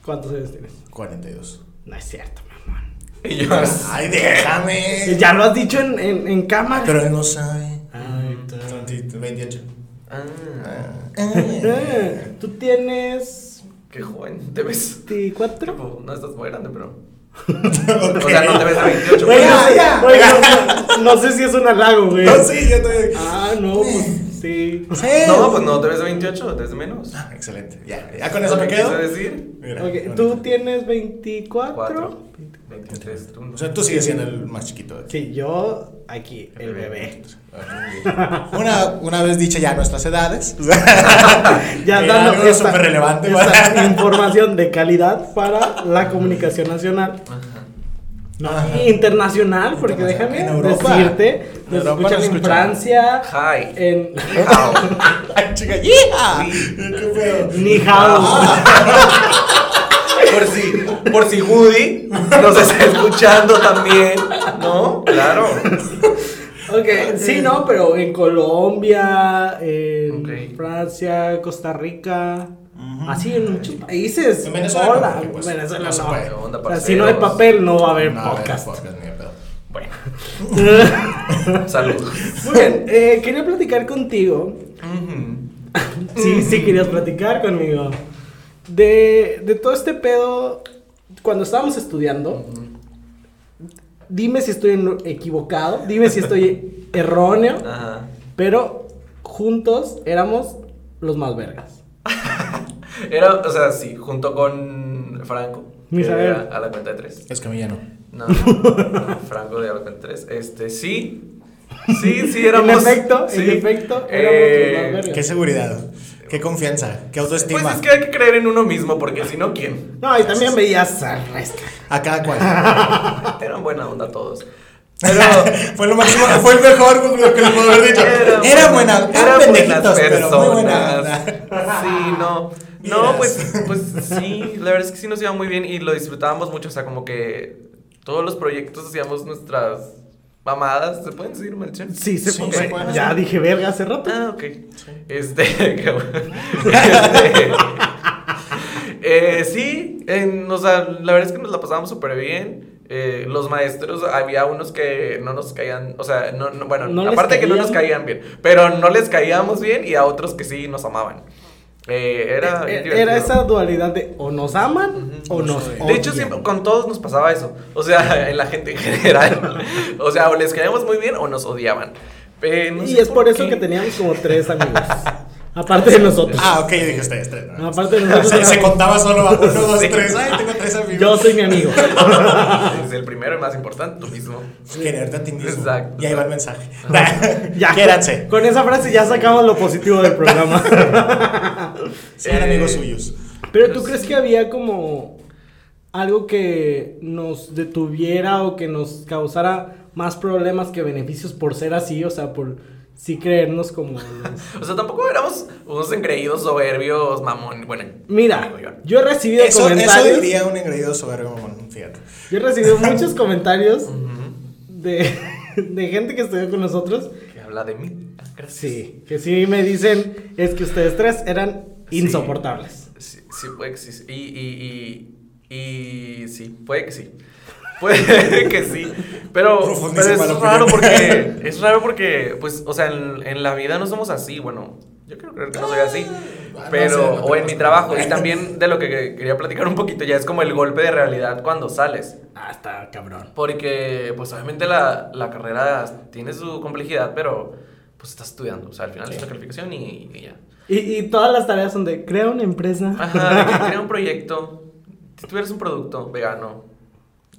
[SPEAKER 5] ¿Cuántos años tienes?
[SPEAKER 4] 42.
[SPEAKER 5] No es cierto, mi amor. Eh,
[SPEAKER 6] Y yo,
[SPEAKER 4] Ay, déjame.
[SPEAKER 5] Ya lo has dicho en, en, en cámara.
[SPEAKER 4] Pero él no sabe.
[SPEAKER 5] Ay,
[SPEAKER 4] Son 28.
[SPEAKER 6] ah,
[SPEAKER 5] eh, Tú tienes
[SPEAKER 6] qué joven, te ves.
[SPEAKER 5] 24.
[SPEAKER 6] Tipo, No estás muy grande, pero.
[SPEAKER 4] Ok.
[SPEAKER 6] O sea, no te ves a 28.
[SPEAKER 5] Oye, no,
[SPEAKER 6] pues.
[SPEAKER 5] sé,
[SPEAKER 4] ya.
[SPEAKER 5] oye, no- no- no sé si es un halago, güey.
[SPEAKER 4] No, sí, yo te.
[SPEAKER 5] Ah, no, pues sí.
[SPEAKER 4] Sí.
[SPEAKER 6] No, pues no, te ves de 28, te ves de menos.
[SPEAKER 4] Ah, Excelente. Ya, ya con eso me quedo.
[SPEAKER 6] ¿Qué quise decir?
[SPEAKER 4] Mira,
[SPEAKER 5] Ok,
[SPEAKER 4] bueno.
[SPEAKER 5] tú tienes 24.
[SPEAKER 6] 4, 23, tú no.
[SPEAKER 4] O sea, tú sigues siendo el más chiquito. de aquí.
[SPEAKER 5] Sí, yo aquí, el bebé.
[SPEAKER 4] Una, una vez dicha ya nuestras edades.
[SPEAKER 5] ya
[SPEAKER 4] Era
[SPEAKER 5] dando
[SPEAKER 4] algo súper relevante.
[SPEAKER 5] esta información de calidad para la comunicación nacional. No,
[SPEAKER 4] Ajá.
[SPEAKER 5] internacional, porque
[SPEAKER 4] Internacional.
[SPEAKER 5] déjame
[SPEAKER 4] En Europa.
[SPEAKER 5] decirte,
[SPEAKER 4] En
[SPEAKER 5] nos
[SPEAKER 4] Europa
[SPEAKER 5] escuchan
[SPEAKER 4] nos
[SPEAKER 5] en
[SPEAKER 4] escuchan.
[SPEAKER 5] Francia,
[SPEAKER 6] Hi.
[SPEAKER 5] en
[SPEAKER 6] Ah,
[SPEAKER 4] Ay, chica, ¡yeeja! ¿Qué pedo?
[SPEAKER 5] Ni hao.
[SPEAKER 6] Ah. Por si, por si Woody nos está escuchando también, ¿no? Claro.
[SPEAKER 5] Ok, sí, no, pero en Colombia, en
[SPEAKER 6] Ok.
[SPEAKER 5] Francia, Costa Rica, así en muchos países.
[SPEAKER 4] En Venezuela no,
[SPEAKER 5] Hola,
[SPEAKER 4] porque, pues,
[SPEAKER 5] Venezuela
[SPEAKER 4] no se
[SPEAKER 5] no.
[SPEAKER 4] puede.
[SPEAKER 6] ¿Qué onda,
[SPEAKER 5] O sea, si no hay
[SPEAKER 6] parceros?
[SPEAKER 5] papel, no va a haber
[SPEAKER 4] No, a ver,
[SPEAKER 5] podcast.
[SPEAKER 4] podcast, ni de pedo.
[SPEAKER 6] Bueno. Salud.
[SPEAKER 5] Muy bien, eh, quería platicar contigo
[SPEAKER 6] Ujú.
[SPEAKER 5] Sí,
[SPEAKER 6] Mm.
[SPEAKER 5] sí querías platicar conmigo. De, de todo este pedo, cuando estábamos estudiando, dime si estoy en lo equivocado, dime si estoy erróneo,
[SPEAKER 6] Ajá.
[SPEAKER 5] pero juntos éramos los más vergas.
[SPEAKER 6] Era, o sea, sí, junto con Franco. que
[SPEAKER 5] Misael.
[SPEAKER 6] era A la cuenta de tres.
[SPEAKER 4] Es que a mí ya no.
[SPEAKER 6] No, no, Franco de A la cuenta de tres. Este, sí. Sí, sí, éramos.
[SPEAKER 5] En efecto, en
[SPEAKER 6] sí.
[SPEAKER 5] efecto, éramos los más
[SPEAKER 6] Eh,
[SPEAKER 5] vergas.
[SPEAKER 4] Qué seguridad. Qué confianza, qué autoestima.
[SPEAKER 6] Pues es que hay que creer en uno mismo, porque si no, ¿quién?
[SPEAKER 5] No, y también veías al resto.
[SPEAKER 4] A cada cual.
[SPEAKER 6] Eran buena onda todos.
[SPEAKER 4] fue lo máximo, fue el mejor pues, lo que le puedo haber dicho.
[SPEAKER 6] Eran
[SPEAKER 4] Era buena, eran
[SPEAKER 6] eran
[SPEAKER 4] pendejitos, pero muy buena onda.
[SPEAKER 6] Sí, no.
[SPEAKER 4] Miras.
[SPEAKER 6] No, pues, pues sí, la verdad es que sí nos iba muy bien y lo disfrutábamos mucho. O sea, como que todos los proyectos hacíamos nuestras mamadas. ¿Se pueden decir, Melchor?
[SPEAKER 5] Sí, se
[SPEAKER 4] Sí,
[SPEAKER 5] fue.
[SPEAKER 4] se puede.
[SPEAKER 5] Ya dije verga hace rato.
[SPEAKER 6] Ah, ok. Este, qué bueno. Este, eh, sí, en- o sea, la verdad es que nos la pasábamos súper bien. Eh, los maestros, había unos que no nos caían, o sea, no, no- bueno,
[SPEAKER 5] No les
[SPEAKER 6] aparte de que no nos
[SPEAKER 5] caían.
[SPEAKER 6] caían bien, pero no les caíamos bien y a otros que sí nos amaban. Eh, era, bien
[SPEAKER 5] Eh, Era,
[SPEAKER 6] divertido.
[SPEAKER 5] esa dualidad de o nos aman o nos odian.
[SPEAKER 6] De hecho, siempre, con todos nos pasaba eso. O sea, en la gente en general. O sea, o les caíamos muy bien o nos odiaban. Eh,
[SPEAKER 4] Pues
[SPEAKER 6] no
[SPEAKER 5] Y
[SPEAKER 6] sé
[SPEAKER 5] es por eso
[SPEAKER 6] qué.
[SPEAKER 5] que teníamos como tres amigos. aparte de nosotros.
[SPEAKER 4] Ah, ok, yo dije ustedes tres. ¿no?
[SPEAKER 5] Aparte de nosotros.
[SPEAKER 4] Se, se
[SPEAKER 5] éramos-
[SPEAKER 4] contaba solo a uno, dos,
[SPEAKER 6] Sí.
[SPEAKER 4] tres. Ay, tengo tres amigos.
[SPEAKER 5] yo soy mi amigo.
[SPEAKER 6] Es el primero y más importante, tú mismo.
[SPEAKER 4] Quererte Pues a ti mismo.
[SPEAKER 6] Exacto.
[SPEAKER 4] Y ahí va el mensaje.
[SPEAKER 5] ya.
[SPEAKER 4] Quiéranse.
[SPEAKER 5] Con esa frase ya sacamos lo positivo del programa.
[SPEAKER 4] Sean
[SPEAKER 6] Eh,
[SPEAKER 4] amigos suyos.
[SPEAKER 5] Pero tú crees que había como algo que nos detuviera o que nos causara más problemas que beneficios por ser así, o sea, por sí creernos como...
[SPEAKER 6] O sea, tampoco éramos unos engreídos, soberbios, mamón. Bueno,
[SPEAKER 5] Mira,
[SPEAKER 6] digo yo.
[SPEAKER 5] yo he recibido
[SPEAKER 4] Eso, eso
[SPEAKER 5] comentarios...
[SPEAKER 4] diría un engreído soberbio, mamón, fíjate.
[SPEAKER 5] Yo he recibido muchos comentarios de, de gente que estudió con nosotros.
[SPEAKER 6] que habla de mí. Ah, Gracias.
[SPEAKER 5] Sí, que sí me dicen es que ustedes tres eran
[SPEAKER 6] Sí.
[SPEAKER 5] insoportables.
[SPEAKER 6] Sí, sí, puede que sí. sí. Y, y, y, y sí, puede que sí. Puede que sí. Pero, pero
[SPEAKER 4] Profundísima la
[SPEAKER 6] es
[SPEAKER 4] opinión.
[SPEAKER 6] raro porque. Es raro porque, pues, o sea, en, en la vida no somos así. Bueno, yo quiero creer que no soy así.
[SPEAKER 4] Ah, no
[SPEAKER 6] Pero,
[SPEAKER 4] sé, no
[SPEAKER 6] o en mi
[SPEAKER 4] tenemos-
[SPEAKER 6] trabajo. Y también de lo que quería platicar un poquito, ya es como el golpe de realidad cuando sales.
[SPEAKER 5] Ah, está cabrón.
[SPEAKER 6] Porque, pues obviamente la, la carrera tiene su complejidad, pero pues estás estudiando. O sea, al final es una calificación y, y ya.
[SPEAKER 5] Y, y todas las tareas son de crea una empresa.
[SPEAKER 6] Ajá, de que crea un proyecto. Si tuvieras un producto vegano,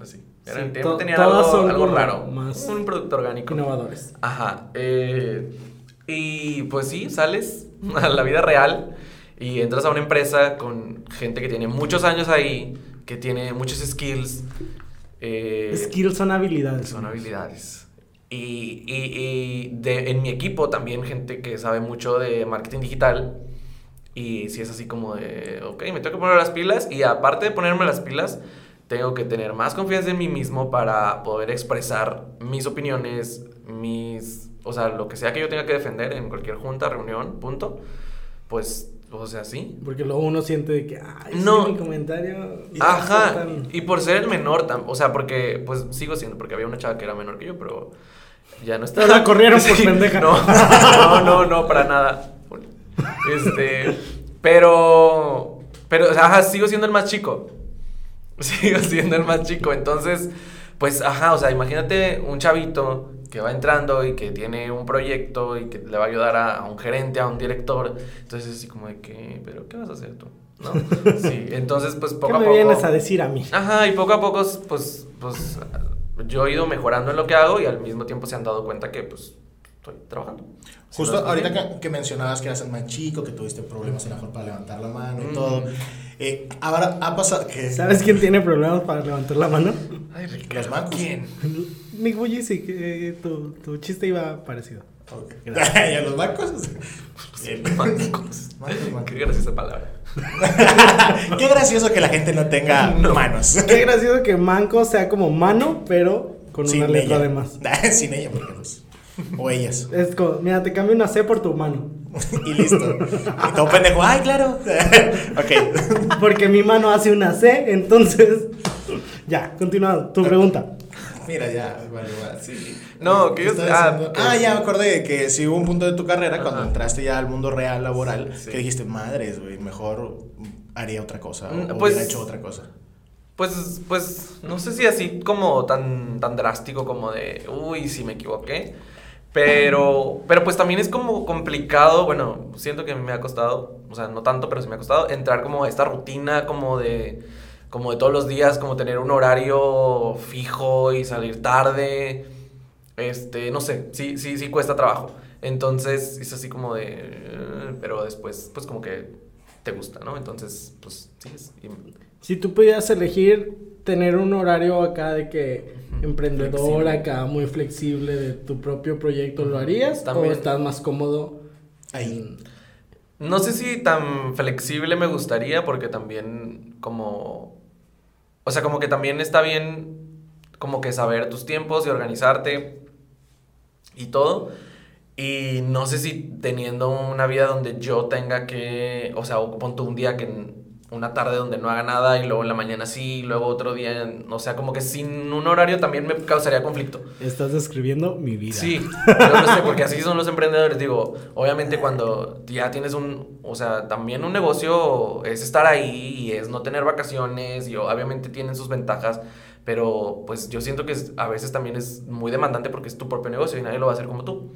[SPEAKER 6] así. Era,
[SPEAKER 5] Sí,
[SPEAKER 6] tenía-
[SPEAKER 5] to-
[SPEAKER 6] tenía
[SPEAKER 5] todas
[SPEAKER 6] algo,
[SPEAKER 5] son
[SPEAKER 6] algo
[SPEAKER 5] como
[SPEAKER 6] raro.
[SPEAKER 5] más
[SPEAKER 6] un producto orgánico.
[SPEAKER 5] Innovadores.
[SPEAKER 6] Ajá. eh, y pues sí, sales a la vida real y entras a una empresa con gente que tiene muchos años ahí, que tiene muchos skills. eh,
[SPEAKER 5] Skills son habilidades.
[SPEAKER 6] son habilidades. Y, y- y de, en mi equipo también gente que sabe mucho de marketing digital. Y si es así como de, ok, me tengo que poner las pilas. Y aparte de ponerme las pilas, tengo que tener más confianza en mí mismo para poder expresar mis opiniones, mis... O sea, lo que sea que yo tenga que defender en cualquier junta, reunión, punto. Pues, o sea, sí.
[SPEAKER 5] Porque luego uno siente de que, ay, no.
[SPEAKER 6] No.
[SPEAKER 5] mi comentario. y no
[SPEAKER 6] Ajá,
[SPEAKER 5] es tan-
[SPEAKER 6] y por ser el menor, tam- o sea, porque, pues sigo siendo, porque había una chava que era menor que yo, pero ya no está.
[SPEAKER 5] Pero la corrieron por pendeja.
[SPEAKER 6] No, no, no, no, para nada. Este, pero, pero, o sea, ajá, sigo siendo el más chico. Sigo siendo el más chico, entonces, pues, ajá, o sea, imagínate un chavito que va entrando y que tiene un proyecto y que le va a ayudar a, a un gerente, a un director. Entonces, así como de que, pero, ¿qué vas a hacer tú? No, sí, entonces, pues, poco
[SPEAKER 5] ¿Qué
[SPEAKER 6] a
[SPEAKER 5] me
[SPEAKER 6] poco. Ah.
[SPEAKER 5] vienes a decir a mí?
[SPEAKER 6] Ajá, y poco a poco, pues, pues, yo he ido mejorando en lo que hago y al mismo tiempo se han dado cuenta que, pues, estoy trabajando.
[SPEAKER 4] Justo
[SPEAKER 6] Haciendo las
[SPEAKER 4] ahorita
[SPEAKER 6] cosas bien.
[SPEAKER 4] que, que mencionabas que eras el más chico, que tuviste problemas a lo mejor para levantar la mano y todo. Eh, ahora ha pasado que.
[SPEAKER 5] Mm. ¿Sabes quién tiene problemas para levantar la mano?
[SPEAKER 6] Ay, Ricardo,
[SPEAKER 4] Los bancos.
[SPEAKER 6] ¿Quién?
[SPEAKER 5] Nick Bullisi, que eh, tu, tu chiste iba parecido.
[SPEAKER 4] Ok. ¿Y a los bancos? Bien.
[SPEAKER 6] Bancos.
[SPEAKER 4] Bancos, bancos.
[SPEAKER 6] Qué graciosa palabra.
[SPEAKER 4] Qué gracioso que la gente no tenga manos.
[SPEAKER 5] Qué gracioso que manco sea como mano, pero con una letra
[SPEAKER 4] ella.
[SPEAKER 5] de más.
[SPEAKER 4] Sin ella, porque pues. O ellas.
[SPEAKER 5] Es como, mira, te cambio una C por tu mano.
[SPEAKER 4] y listo. Y todo pendejo. ¡Ay, claro! ok.
[SPEAKER 5] Porque mi mano hace una C, entonces. Ya, continuado. Tu pregunta.
[SPEAKER 4] Mira, ya, igual, igual. Sí.
[SPEAKER 6] No, que yo-
[SPEAKER 4] ah,
[SPEAKER 6] ah,
[SPEAKER 4] ah,
[SPEAKER 6] que-
[SPEAKER 4] ya me acordé de que sí hubo un punto de tu carrera cuando
[SPEAKER 6] Ajá.
[SPEAKER 4] entraste ya al mundo real laboral
[SPEAKER 6] Sí.
[SPEAKER 4] que dijiste, madres, güey, mejor haría otra cosa
[SPEAKER 6] Mm,
[SPEAKER 4] o
[SPEAKER 6] pues-
[SPEAKER 4] hubiera hecho otra cosa.
[SPEAKER 6] Pues, pues, no sé si así como tan, tan drástico como de, uy, si me equivoqué. Pero, pero pues también es como complicado, bueno, siento que me ha costado, o sea, no tanto, pero sí me ha costado entrar como a esta rutina como de, como de todos los días, como tener un horario fijo y salir tarde. Este, no sé, sí, sí, sí cuesta trabajo. Entonces es así como de... eh, Pero después, pues como que te gusta, ¿no? Entonces, pues sí. es- y-
[SPEAKER 5] Si tú pudieras elegir tener un horario acá de que emprendedor
[SPEAKER 6] Flexible.
[SPEAKER 5] acá muy flexible de tu propio proyecto, ¿lo harías?
[SPEAKER 6] También.
[SPEAKER 5] ¿O estás más cómodo?
[SPEAKER 4] Ahí.
[SPEAKER 6] No sé si tan flexible me gustaría porque también como... O sea, como que también está bien como que saber tus tiempos y organizarte y todo. Y no sé si teniendo una vida donde yo tenga que... O sea, o pon tú un día que... n- Una tarde donde no haga nada y luego en la mañana sí, y luego otro día... en- O sea, como que sin un horario también me causaría conflicto.
[SPEAKER 5] Estás describiendo mi vida.
[SPEAKER 6] Sí, yo lo sé, porque así son los emprendedores. Digo, obviamente cuando ya tienes un, o sea, también un negocio es estar ahí y es no tener vacaciones y obviamente tienen sus ventajas, pero pues yo siento que es- a veces también es muy demandante porque es tu propio negocio y nadie lo va a hacer como tú.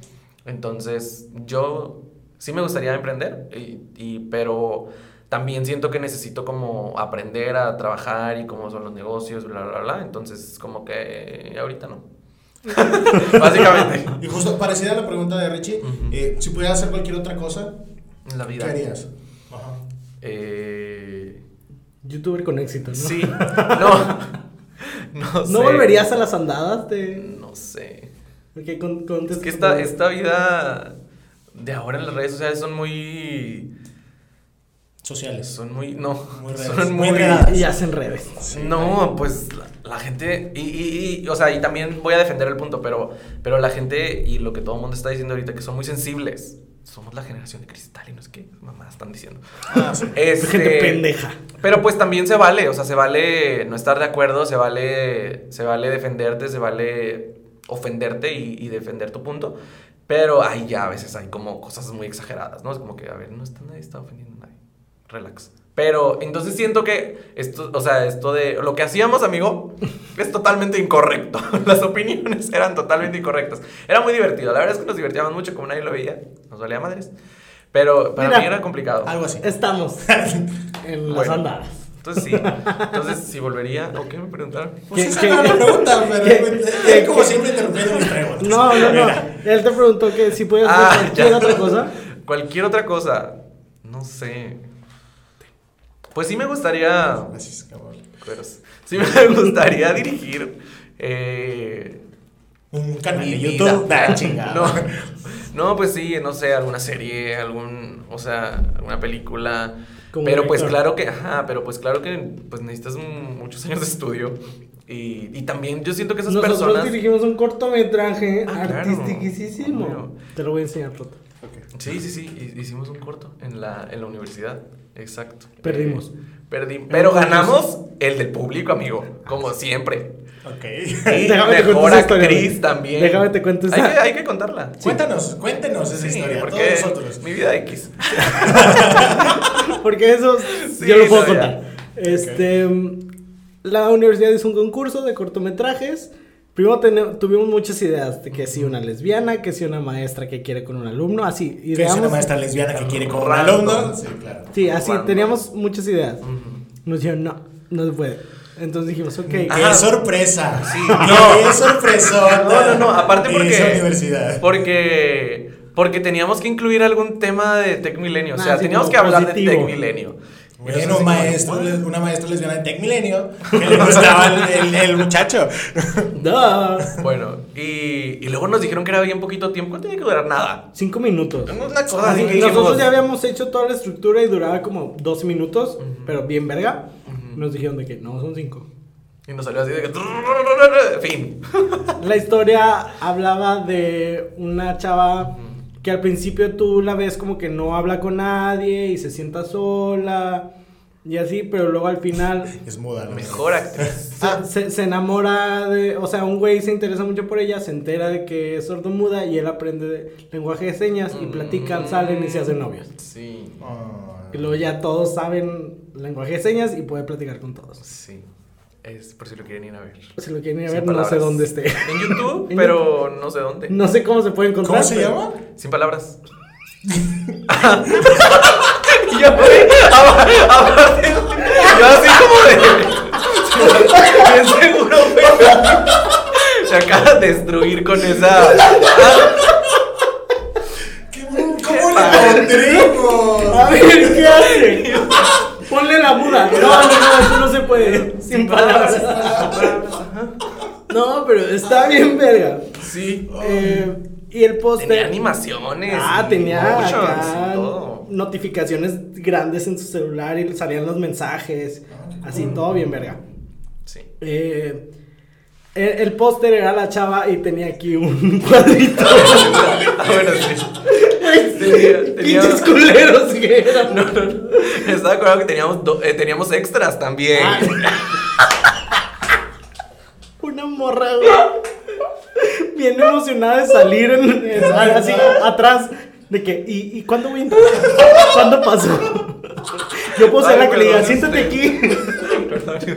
[SPEAKER 6] Entonces, yo sí me gustaría emprender, y, y- pero también siento que necesito como aprender a trabajar y cómo son los negocios, bla, bla, bla. Entonces, como que ahorita no. Básicamente.
[SPEAKER 4] Y justo parecida a la pregunta de Richie, eh, si pudieras hacer cualquier otra cosa,
[SPEAKER 6] En la
[SPEAKER 4] ¿qué
[SPEAKER 6] vida.
[SPEAKER 4] harías? Ajá.
[SPEAKER 6] Eh,
[SPEAKER 5] Youtuber con éxito, ¿no?
[SPEAKER 6] Sí. No. No sé.
[SPEAKER 5] ¿No volverías a las andadas de...?
[SPEAKER 6] No sé.
[SPEAKER 5] Porque con, con-
[SPEAKER 6] Es que esta, esta vida de ahora en las redes sociales son muy.
[SPEAKER 4] Sociales.
[SPEAKER 6] Son muy. No.
[SPEAKER 4] Muy redes,
[SPEAKER 6] son
[SPEAKER 4] muy
[SPEAKER 6] muy.
[SPEAKER 4] redes.
[SPEAKER 5] Y hacen redes.
[SPEAKER 6] no, pues la, la gente. Y, y- y, O sea, y también voy a defender el punto, pero, pero la gente y lo que todo el mundo está diciendo ahorita, que son muy sensibles. Somos la generación de cristal y no es que mamá están diciendo.
[SPEAKER 4] Ah, sí.
[SPEAKER 6] Este,
[SPEAKER 5] Gente pendeja.
[SPEAKER 6] Pero pues también se vale, o sea, se vale no estar de acuerdo, se vale, se vale defenderte, se vale ofenderte y, y defender tu punto. Pero ahí ya a veces hay como cosas muy exageradas, ¿no? Es como que, a ver, no está nadie está ofendiendo a nadie. Relax. Pero entonces siento que esto, o sea, esto de lo que hacíamos, amigo, es totalmente incorrecto. Las opiniones eran totalmente incorrectas. Era muy divertido. La verdad es que nos divertíamos mucho, como nadie lo veía, nos valía madres. Pero para
[SPEAKER 5] Mira,
[SPEAKER 6] mí era complicado.
[SPEAKER 4] Algo así.
[SPEAKER 5] Estamos en las
[SPEAKER 6] Bueno.
[SPEAKER 5] andadas.
[SPEAKER 6] Entonces sí. Entonces si volvería, ¿o qué me preguntaron?
[SPEAKER 4] Pues
[SPEAKER 5] ¿Qué-
[SPEAKER 4] esa
[SPEAKER 5] qué-
[SPEAKER 4] era la pregunta, pero
[SPEAKER 5] qué-
[SPEAKER 4] él como siempre interrumpiendo mis preguntas.
[SPEAKER 5] No, no, no. Él te preguntó que si puedes hacer cualquier
[SPEAKER 6] Ah, ya.
[SPEAKER 5] otra cosa.
[SPEAKER 6] Cualquier otra cosa. No sé. Pues sí me gustaría.
[SPEAKER 4] Gracias, cabrón.
[SPEAKER 6] pero sí me gustaría dirigir. eh,
[SPEAKER 4] Un canal
[SPEAKER 6] mi
[SPEAKER 4] de
[SPEAKER 6] vida.
[SPEAKER 4] YouTube. Da chingada.
[SPEAKER 6] No, no, pues sí, no sé, alguna serie, algún, o sea, alguna película.
[SPEAKER 5] Como
[SPEAKER 6] pero pues
[SPEAKER 5] director.
[SPEAKER 6] claro que, ajá, pero pues claro que pues necesitas mm, muchos años de estudio. Y, y también yo siento que esas
[SPEAKER 5] Nosotros
[SPEAKER 6] personas...
[SPEAKER 5] dirigimos un cortometraje
[SPEAKER 6] Ah, claro.
[SPEAKER 5] artístiquísimo.
[SPEAKER 6] Obvio.
[SPEAKER 5] Te lo voy a enseñar pronto.
[SPEAKER 6] Sí, sí, sí, hi- hicimos un corto en la, en la universidad, exacto.
[SPEAKER 5] Perdimos.
[SPEAKER 6] Eh, perdí, pero ganamos el del público, amigo, como siempre.
[SPEAKER 4] Ok.
[SPEAKER 6] Y
[SPEAKER 5] Déjame te cuento
[SPEAKER 6] mejor
[SPEAKER 5] esa historia,
[SPEAKER 6] actriz
[SPEAKER 5] güey.
[SPEAKER 6] también.
[SPEAKER 5] Déjame te cuento
[SPEAKER 6] Hay
[SPEAKER 5] esa-
[SPEAKER 6] que, hay que contarla.
[SPEAKER 4] Cuéntanos, cuéntenos esa
[SPEAKER 6] Sí,
[SPEAKER 4] historia,
[SPEAKER 6] porque
[SPEAKER 4] todos nosotros.
[SPEAKER 6] mi vida X.
[SPEAKER 5] Porque eso
[SPEAKER 6] Sí,
[SPEAKER 5] yo lo puedo
[SPEAKER 6] no, ya.
[SPEAKER 5] contar. Este, mm, La universidad hizo un concurso de cortometrajes. Primero ten- tuvimos muchas ideas de que si una lesbiana, que si una maestra que quiere con un alumno, así.
[SPEAKER 4] Que es una
[SPEAKER 5] Ideamos,
[SPEAKER 4] maestra lesbiana que quiere con un
[SPEAKER 6] Random.
[SPEAKER 4] alumno. Sí, claro.
[SPEAKER 5] sí, así,
[SPEAKER 6] Random.
[SPEAKER 5] teníamos muchas ideas.
[SPEAKER 6] Ujú. Ah.
[SPEAKER 5] Nos dijeron, no, no se puede. Entonces dijimos, ok.
[SPEAKER 4] ¡Qué
[SPEAKER 6] Ajá.
[SPEAKER 4] sorpresa!
[SPEAKER 6] Sí.
[SPEAKER 4] ¡Qué sorpresa!
[SPEAKER 6] Ah, No, no, no, aparte
[SPEAKER 4] Esa
[SPEAKER 6] porque.
[SPEAKER 4] universidad.
[SPEAKER 6] Porque. Porque teníamos que incluir algún tema de Tech Milenio. O sea,
[SPEAKER 5] Ah, sí,
[SPEAKER 6] teníamos
[SPEAKER 5] como
[SPEAKER 6] que hablar
[SPEAKER 5] positivo.
[SPEAKER 6] de Tech Milenio.
[SPEAKER 4] Bueno, un maestro, una maestra lesbiana de Tech Milenio que le gustaba el, el- el muchacho.
[SPEAKER 5] "Duh".
[SPEAKER 6] Bueno, y, y luego nos dijeron que era bien poquito tiempo. No tenía que durar nada.
[SPEAKER 5] Cinco minutos.
[SPEAKER 6] Una cosa así
[SPEAKER 5] Así que
[SPEAKER 6] que
[SPEAKER 5] nosotros
[SPEAKER 6] dijimos,
[SPEAKER 5] ya habíamos hecho toda la estructura y duraba como 12 minutos, pero bien verga. Nos dijeron de que no, son cinco.
[SPEAKER 6] Y nos salió así de que. Fin.
[SPEAKER 5] La historia hablaba de una chava que al principio tú la ves como que no habla con nadie y se sienta sola y así, pero luego al final
[SPEAKER 4] Es muda. ¿no?
[SPEAKER 6] Mejor actriz.
[SPEAKER 5] se, se- se enamora de, o sea, un güey se interesa mucho por ella, se entera de que es sordomuda y él aprende de lenguaje de señas
[SPEAKER 6] Mm.
[SPEAKER 5] y platican, salen y se hacen novios.
[SPEAKER 6] Sí.
[SPEAKER 4] Ah.
[SPEAKER 5] Y luego ya todos saben lenguaje de señas y puede platicar con todos.
[SPEAKER 6] Sí. Es por si lo quieren ir a ver.
[SPEAKER 5] Si lo quieren ir a
[SPEAKER 6] Sin
[SPEAKER 5] ver, no sé
[SPEAKER 6] palabras.
[SPEAKER 5] dónde esté.
[SPEAKER 6] En YouTube,
[SPEAKER 5] En Mm.
[SPEAKER 6] pero no sé dónde.
[SPEAKER 5] No sé cómo se puede encontrar.
[SPEAKER 4] ¿Cómo se
[SPEAKER 5] pero-
[SPEAKER 4] llama?
[SPEAKER 6] Sin palabras. Y yo, güey, aparte- aparte, yo así como de. Bien seguro, güey. Se acaba de destruir con esa.
[SPEAKER 4] ¡Entremos!
[SPEAKER 5] A ver, ¿qué hace? Ponle la muda. No, no, no, eso no se puede. Sin palabras. No, pero está bien, verga.
[SPEAKER 6] Sí.
[SPEAKER 5] Eh, y el póster.
[SPEAKER 6] Tenía animaciones.
[SPEAKER 5] Ah,
[SPEAKER 6] y
[SPEAKER 5] tenía
[SPEAKER 6] motions
[SPEAKER 5] acá
[SPEAKER 6] y todo.
[SPEAKER 5] notificaciones grandes en su celular y salían los mensajes.
[SPEAKER 6] Ah,
[SPEAKER 5] Así, todo bien, verga.
[SPEAKER 6] Sí.
[SPEAKER 5] Eh, el, el póster era la chava y tenía aquí un cuadrito.
[SPEAKER 6] Ah, bueno, sí. Tenía, tenía...
[SPEAKER 5] Pinches culeros que eran.
[SPEAKER 6] No, no, no. Estaba acordado que teníamos, do- eh, teníamos extras también.
[SPEAKER 5] Una morra, güey. Bien emocionada de salir en, en- así atrás. De que, ¿y, y cuándo voy a entrar? ¿Cuándo pasó? Yo puse
[SPEAKER 6] Ay, este.
[SPEAKER 5] la que le diga,
[SPEAKER 6] perdone
[SPEAKER 5] siéntate aquí.
[SPEAKER 6] usted. Perdone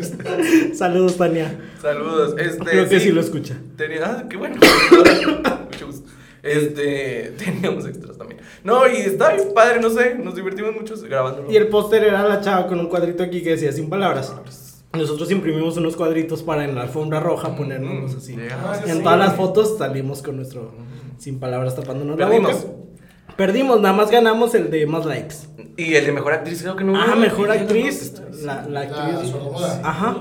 [SPEAKER 6] usted.
[SPEAKER 5] Saludos, Tania.
[SPEAKER 6] Saludos. Este,
[SPEAKER 5] Creo que sí lo escucha.
[SPEAKER 6] Tenía, ah, qué bueno. Mucho gusto. Este, teníamos extras también. No, y está bien padre, no sé, nos divertimos mucho grabándolo.
[SPEAKER 5] Y el póster era la chava con un cuadrito aquí que decía sin palabras. Nosotros imprimimos unos cuadritos para en la alfombra
[SPEAKER 6] Mm,
[SPEAKER 5] roja ponernos así.
[SPEAKER 6] llegamos
[SPEAKER 5] en
[SPEAKER 6] así.
[SPEAKER 5] todas las fotos salimos con nuestro sin palabras tapándonos
[SPEAKER 6] Perdimos.
[SPEAKER 5] la boca. Perdimos, nada más ganamos el de más likes.
[SPEAKER 6] Y el de mejor actriz creo que no.
[SPEAKER 5] Ah,
[SPEAKER 6] hubo.
[SPEAKER 5] mejor
[SPEAKER 6] Sí, no,
[SPEAKER 5] actriz.
[SPEAKER 6] no, no,
[SPEAKER 5] La, la
[SPEAKER 4] La
[SPEAKER 5] actriz.
[SPEAKER 4] sordomuda.
[SPEAKER 5] Ajá.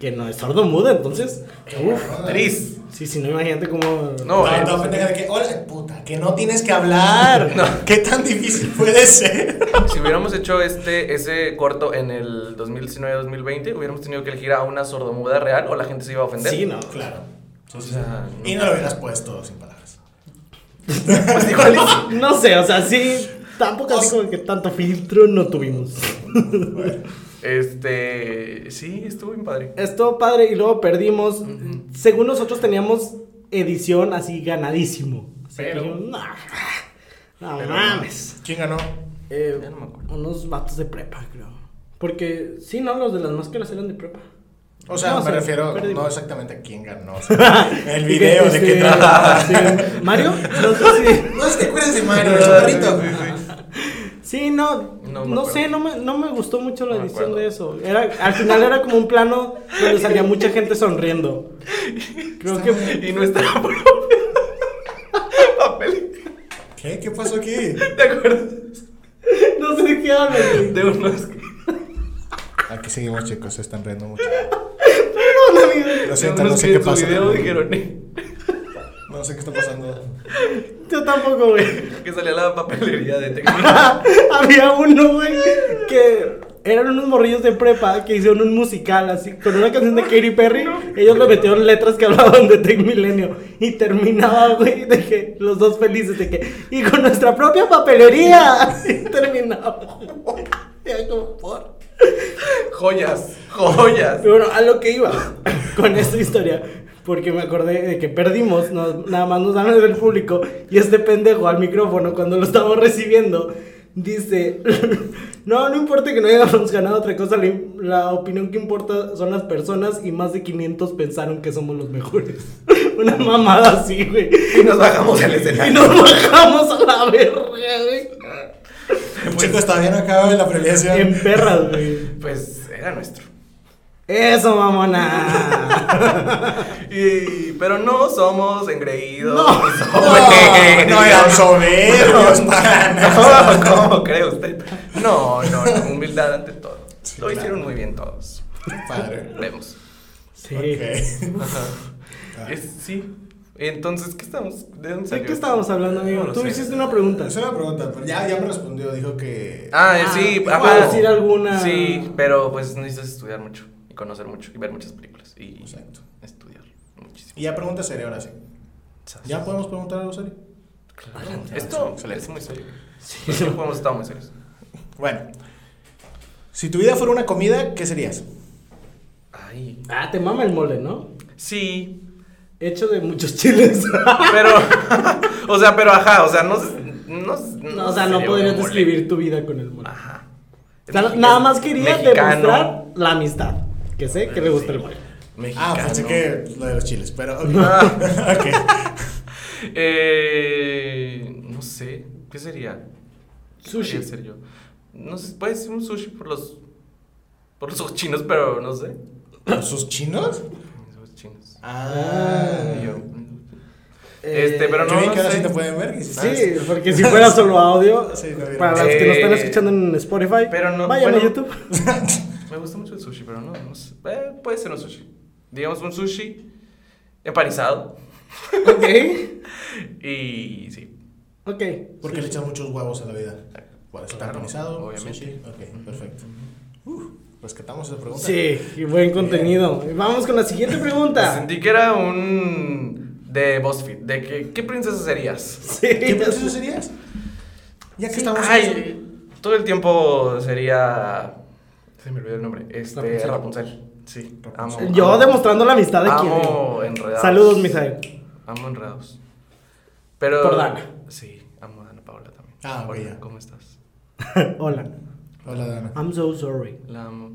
[SPEAKER 5] Que no es sordomuda, entonces. Uf.
[SPEAKER 6] Actriz.
[SPEAKER 5] Sí, sí, no imagínate cómo.
[SPEAKER 6] Eh, No, eh,
[SPEAKER 4] No, pendeja, de que, hola, puta, que no tienes que hablar. ¿Qué tan difícil puede ser?
[SPEAKER 6] si hubiéramos hecho este ese corto en el 2019-2020, hubiéramos tenido que elegir a una sordomuda real o la gente se iba a ofender.
[SPEAKER 5] Sí, no.
[SPEAKER 4] Claro. Entonces,
[SPEAKER 6] sea,
[SPEAKER 4] y no lo hubieras puesto sin palabras.
[SPEAKER 6] Pues igual y-
[SPEAKER 5] No sé, o sea, sí. Tampoco así como que tanto filtro no tuvimos.
[SPEAKER 6] Este, sí, estuvo bien padre.
[SPEAKER 5] Estuvo padre y luego perdimos. Según nosotros teníamos edición así ganadísimo. Así
[SPEAKER 6] Pero-
[SPEAKER 5] que dijimos, no, no mames.
[SPEAKER 4] ¿Quién ganó?
[SPEAKER 5] Eh,
[SPEAKER 6] Ya no me acuerdo.
[SPEAKER 5] unos vatos de prepa, creo. Porque, sí, no, los de las máscaras eran de prepa.
[SPEAKER 4] O sea,
[SPEAKER 5] No,
[SPEAKER 4] me
[SPEAKER 5] sí,
[SPEAKER 4] refiero,
[SPEAKER 5] perdimos.
[SPEAKER 4] no exactamente a quién ganó. o sea, el video de qué
[SPEAKER 5] Este,
[SPEAKER 4] trata.
[SPEAKER 5] sí. ¿Mario? No sé si-
[SPEAKER 4] No te acuerdas de Mario, el chaparrito.
[SPEAKER 6] Sí, sí, sí.
[SPEAKER 5] Sí, no,
[SPEAKER 6] No
[SPEAKER 5] no,
[SPEAKER 6] me
[SPEAKER 5] sé, no me, no me gustó mucho la
[SPEAKER 6] No me
[SPEAKER 5] edición
[SPEAKER 6] acuerdo.
[SPEAKER 5] de eso. Era, al final era como un plano donde salía mucha gente sonriendo. Creo que
[SPEAKER 6] Y nuestra propia papel.
[SPEAKER 4] ¿Qué? ¿Qué pasó aquí?
[SPEAKER 6] ¿Te acuerdas?
[SPEAKER 5] no sé de qué hablo. güey.
[SPEAKER 6] De unos
[SPEAKER 4] Aquí seguimos, chicos, se están riendo mucho.
[SPEAKER 5] Perdón, amigo.
[SPEAKER 4] Lo
[SPEAKER 6] de
[SPEAKER 4] siento,
[SPEAKER 6] unos
[SPEAKER 4] no sé
[SPEAKER 6] que
[SPEAKER 4] qué
[SPEAKER 6] en su
[SPEAKER 4] pasa.
[SPEAKER 6] video dijeron eh,
[SPEAKER 4] No sé qué está pasando.
[SPEAKER 5] Yo tampoco, güey.
[SPEAKER 6] que salía la papelería de técnica.
[SPEAKER 5] Había uno, güey, que eran unos morrillos de prepa que hicieron un musical así, con una canción de Katy Perry. Ellos le metieron letras que hablaban de Tech Milenio. Y terminaba, güey, de que los dos felices, de que, y con nuestra propia papelería. Así terminaba. Ya como, por.
[SPEAKER 6] Joyas, joyas.
[SPEAKER 5] Pero bueno, a lo que iba con esta historia. Porque me acordé de que perdimos, nos- nada más nos dan el del público. Y este pendejo al micrófono, cuando lo estamos recibiendo, dice: No, no importa que no hayamos ganado otra cosa. La, la opinión que importa son las personas. Y más de 500 pensaron que somos los mejores. Una mamada así, güey.
[SPEAKER 6] Y nos bajamos del
[SPEAKER 5] Y
[SPEAKER 6] escenario.
[SPEAKER 5] nos bajamos a la verga, güey.
[SPEAKER 4] Chicos, todavía no acaba la premiación.
[SPEAKER 6] Em.
[SPEAKER 5] En perras, güey.
[SPEAKER 6] Pues era nuestro.
[SPEAKER 5] Eso, mamona.
[SPEAKER 6] Y, pero no somos engreídos.
[SPEAKER 5] No.
[SPEAKER 4] No,
[SPEAKER 6] ni soberbios.
[SPEAKER 4] no eran soberbios para nada.
[SPEAKER 6] No, ¿Cómo cree usted? No, no, no, humildad ante todo. Lo
[SPEAKER 4] claro.
[SPEAKER 6] hicieron muy bien todos.
[SPEAKER 4] Padre.
[SPEAKER 6] Vemos.
[SPEAKER 5] Sí.
[SPEAKER 4] Ok.
[SPEAKER 6] Ajá. Es- sí. Entonces, ¿qué estamos? ¿De dónde
[SPEAKER 5] ¿De
[SPEAKER 6] salió
[SPEAKER 5] qué
[SPEAKER 6] esto?
[SPEAKER 5] estábamos hablando, amigo?
[SPEAKER 6] No lo
[SPEAKER 5] Tú
[SPEAKER 6] sé.
[SPEAKER 5] hiciste una pregunta.
[SPEAKER 4] Es una pregunta, pero ya, ya me respondió, dijo que...
[SPEAKER 6] Ah, eh, sí,
[SPEAKER 5] Ah,
[SPEAKER 6] ajá.
[SPEAKER 5] ¿puedo decir alguna?
[SPEAKER 6] Sí, pero pues necesitas estudiar mucho y conocer mucho y ver muchas películas y
[SPEAKER 4] Exacto.
[SPEAKER 6] estudiar muchísimo.
[SPEAKER 4] Y ya pregunta seria ahora sí. ¿Ya podemos preguntar algo serio?
[SPEAKER 6] Esto es muy serio. Sí. hemos estado muy serios.
[SPEAKER 4] Bueno. Si tu vida fuera una comida, ¿qué serías?
[SPEAKER 6] Ay.
[SPEAKER 5] Ah, te mama el mole, ¿no?
[SPEAKER 6] Sí,
[SPEAKER 5] Hecho de muchos chiles.
[SPEAKER 6] Pero, o sea, pero ajá, o sea, no, no,
[SPEAKER 5] No, o sea, no
[SPEAKER 6] sería
[SPEAKER 5] podrías
[SPEAKER 6] un mole.
[SPEAKER 5] describir tu vida con el mole.
[SPEAKER 6] Ajá.
[SPEAKER 5] O sea, nada más quería
[SPEAKER 6] Mexicano,
[SPEAKER 5] demostrar la amistad. Que sé que le gusta el mole.
[SPEAKER 6] Mexicano.
[SPEAKER 4] Ah, pensé que lo de los chiles, pero... ok.
[SPEAKER 6] Ah.
[SPEAKER 4] Ok.
[SPEAKER 6] Eh, no sé, ¿qué sería? ¿Qué
[SPEAKER 5] Sushi.
[SPEAKER 6] podría ser yo? No sé, puede ser un sushi por los, por los ojos chinos, pero no sé.
[SPEAKER 4] ¿Sus chinos?
[SPEAKER 6] Los ojos chinos.
[SPEAKER 4] Ah.
[SPEAKER 6] Y yo, Este, pero
[SPEAKER 4] Que
[SPEAKER 6] no.
[SPEAKER 4] bien que
[SPEAKER 6] no
[SPEAKER 4] ahora
[SPEAKER 6] sé.
[SPEAKER 4] sí te pueden ver. Guis.
[SPEAKER 5] Sí, porque si fuera solo audio,
[SPEAKER 4] Sí, no hubiera-
[SPEAKER 5] para los que nos están
[SPEAKER 6] Eh,
[SPEAKER 5] escuchando en Spotify,
[SPEAKER 6] pero no-
[SPEAKER 5] vayan
[SPEAKER 6] bueno.
[SPEAKER 5] a YouTube.
[SPEAKER 6] Me gusta mucho el sushi, pero no. no sé. Eh, puede ser un sushi. Digamos un sushi empanizado.
[SPEAKER 5] ok.
[SPEAKER 6] Y sí.
[SPEAKER 5] Ok.
[SPEAKER 4] Porque le echan muchos huevos a la vida. Bueno, está
[SPEAKER 6] Claro,
[SPEAKER 4] organizado.
[SPEAKER 6] obviamente.
[SPEAKER 4] Sushi. Ok, perfecto. Uf, rescatamos esa pregunta.
[SPEAKER 5] Sí, y buen contenido. Y Vamos con la siguiente pregunta.
[SPEAKER 6] Sentí que era un. de BuzzFeed. De que, ¿qué princesa serías?
[SPEAKER 5] Sí.
[SPEAKER 4] ¿Qué proceso serías? Ya que estamos en eso.
[SPEAKER 6] Ay, todo el tiempo sería. Se me olvidó el nombre. Este,
[SPEAKER 4] Rapunzel.
[SPEAKER 6] Rapunzel. Sí, amo.
[SPEAKER 5] Yo demostrando la amistad de
[SPEAKER 6] Amo
[SPEAKER 5] quien.
[SPEAKER 6] enredados.
[SPEAKER 5] Saludos, Misael.
[SPEAKER 6] Amo enredados. Pero.
[SPEAKER 5] Por Dana.
[SPEAKER 6] Sí, amo a Dana Paula también.
[SPEAKER 4] Ah, ok,
[SPEAKER 6] Hola,
[SPEAKER 4] ya.
[SPEAKER 6] ¿cómo estás?
[SPEAKER 5] Hola.
[SPEAKER 4] Hola, Dana.
[SPEAKER 5] I'm so sorry.
[SPEAKER 6] La amo.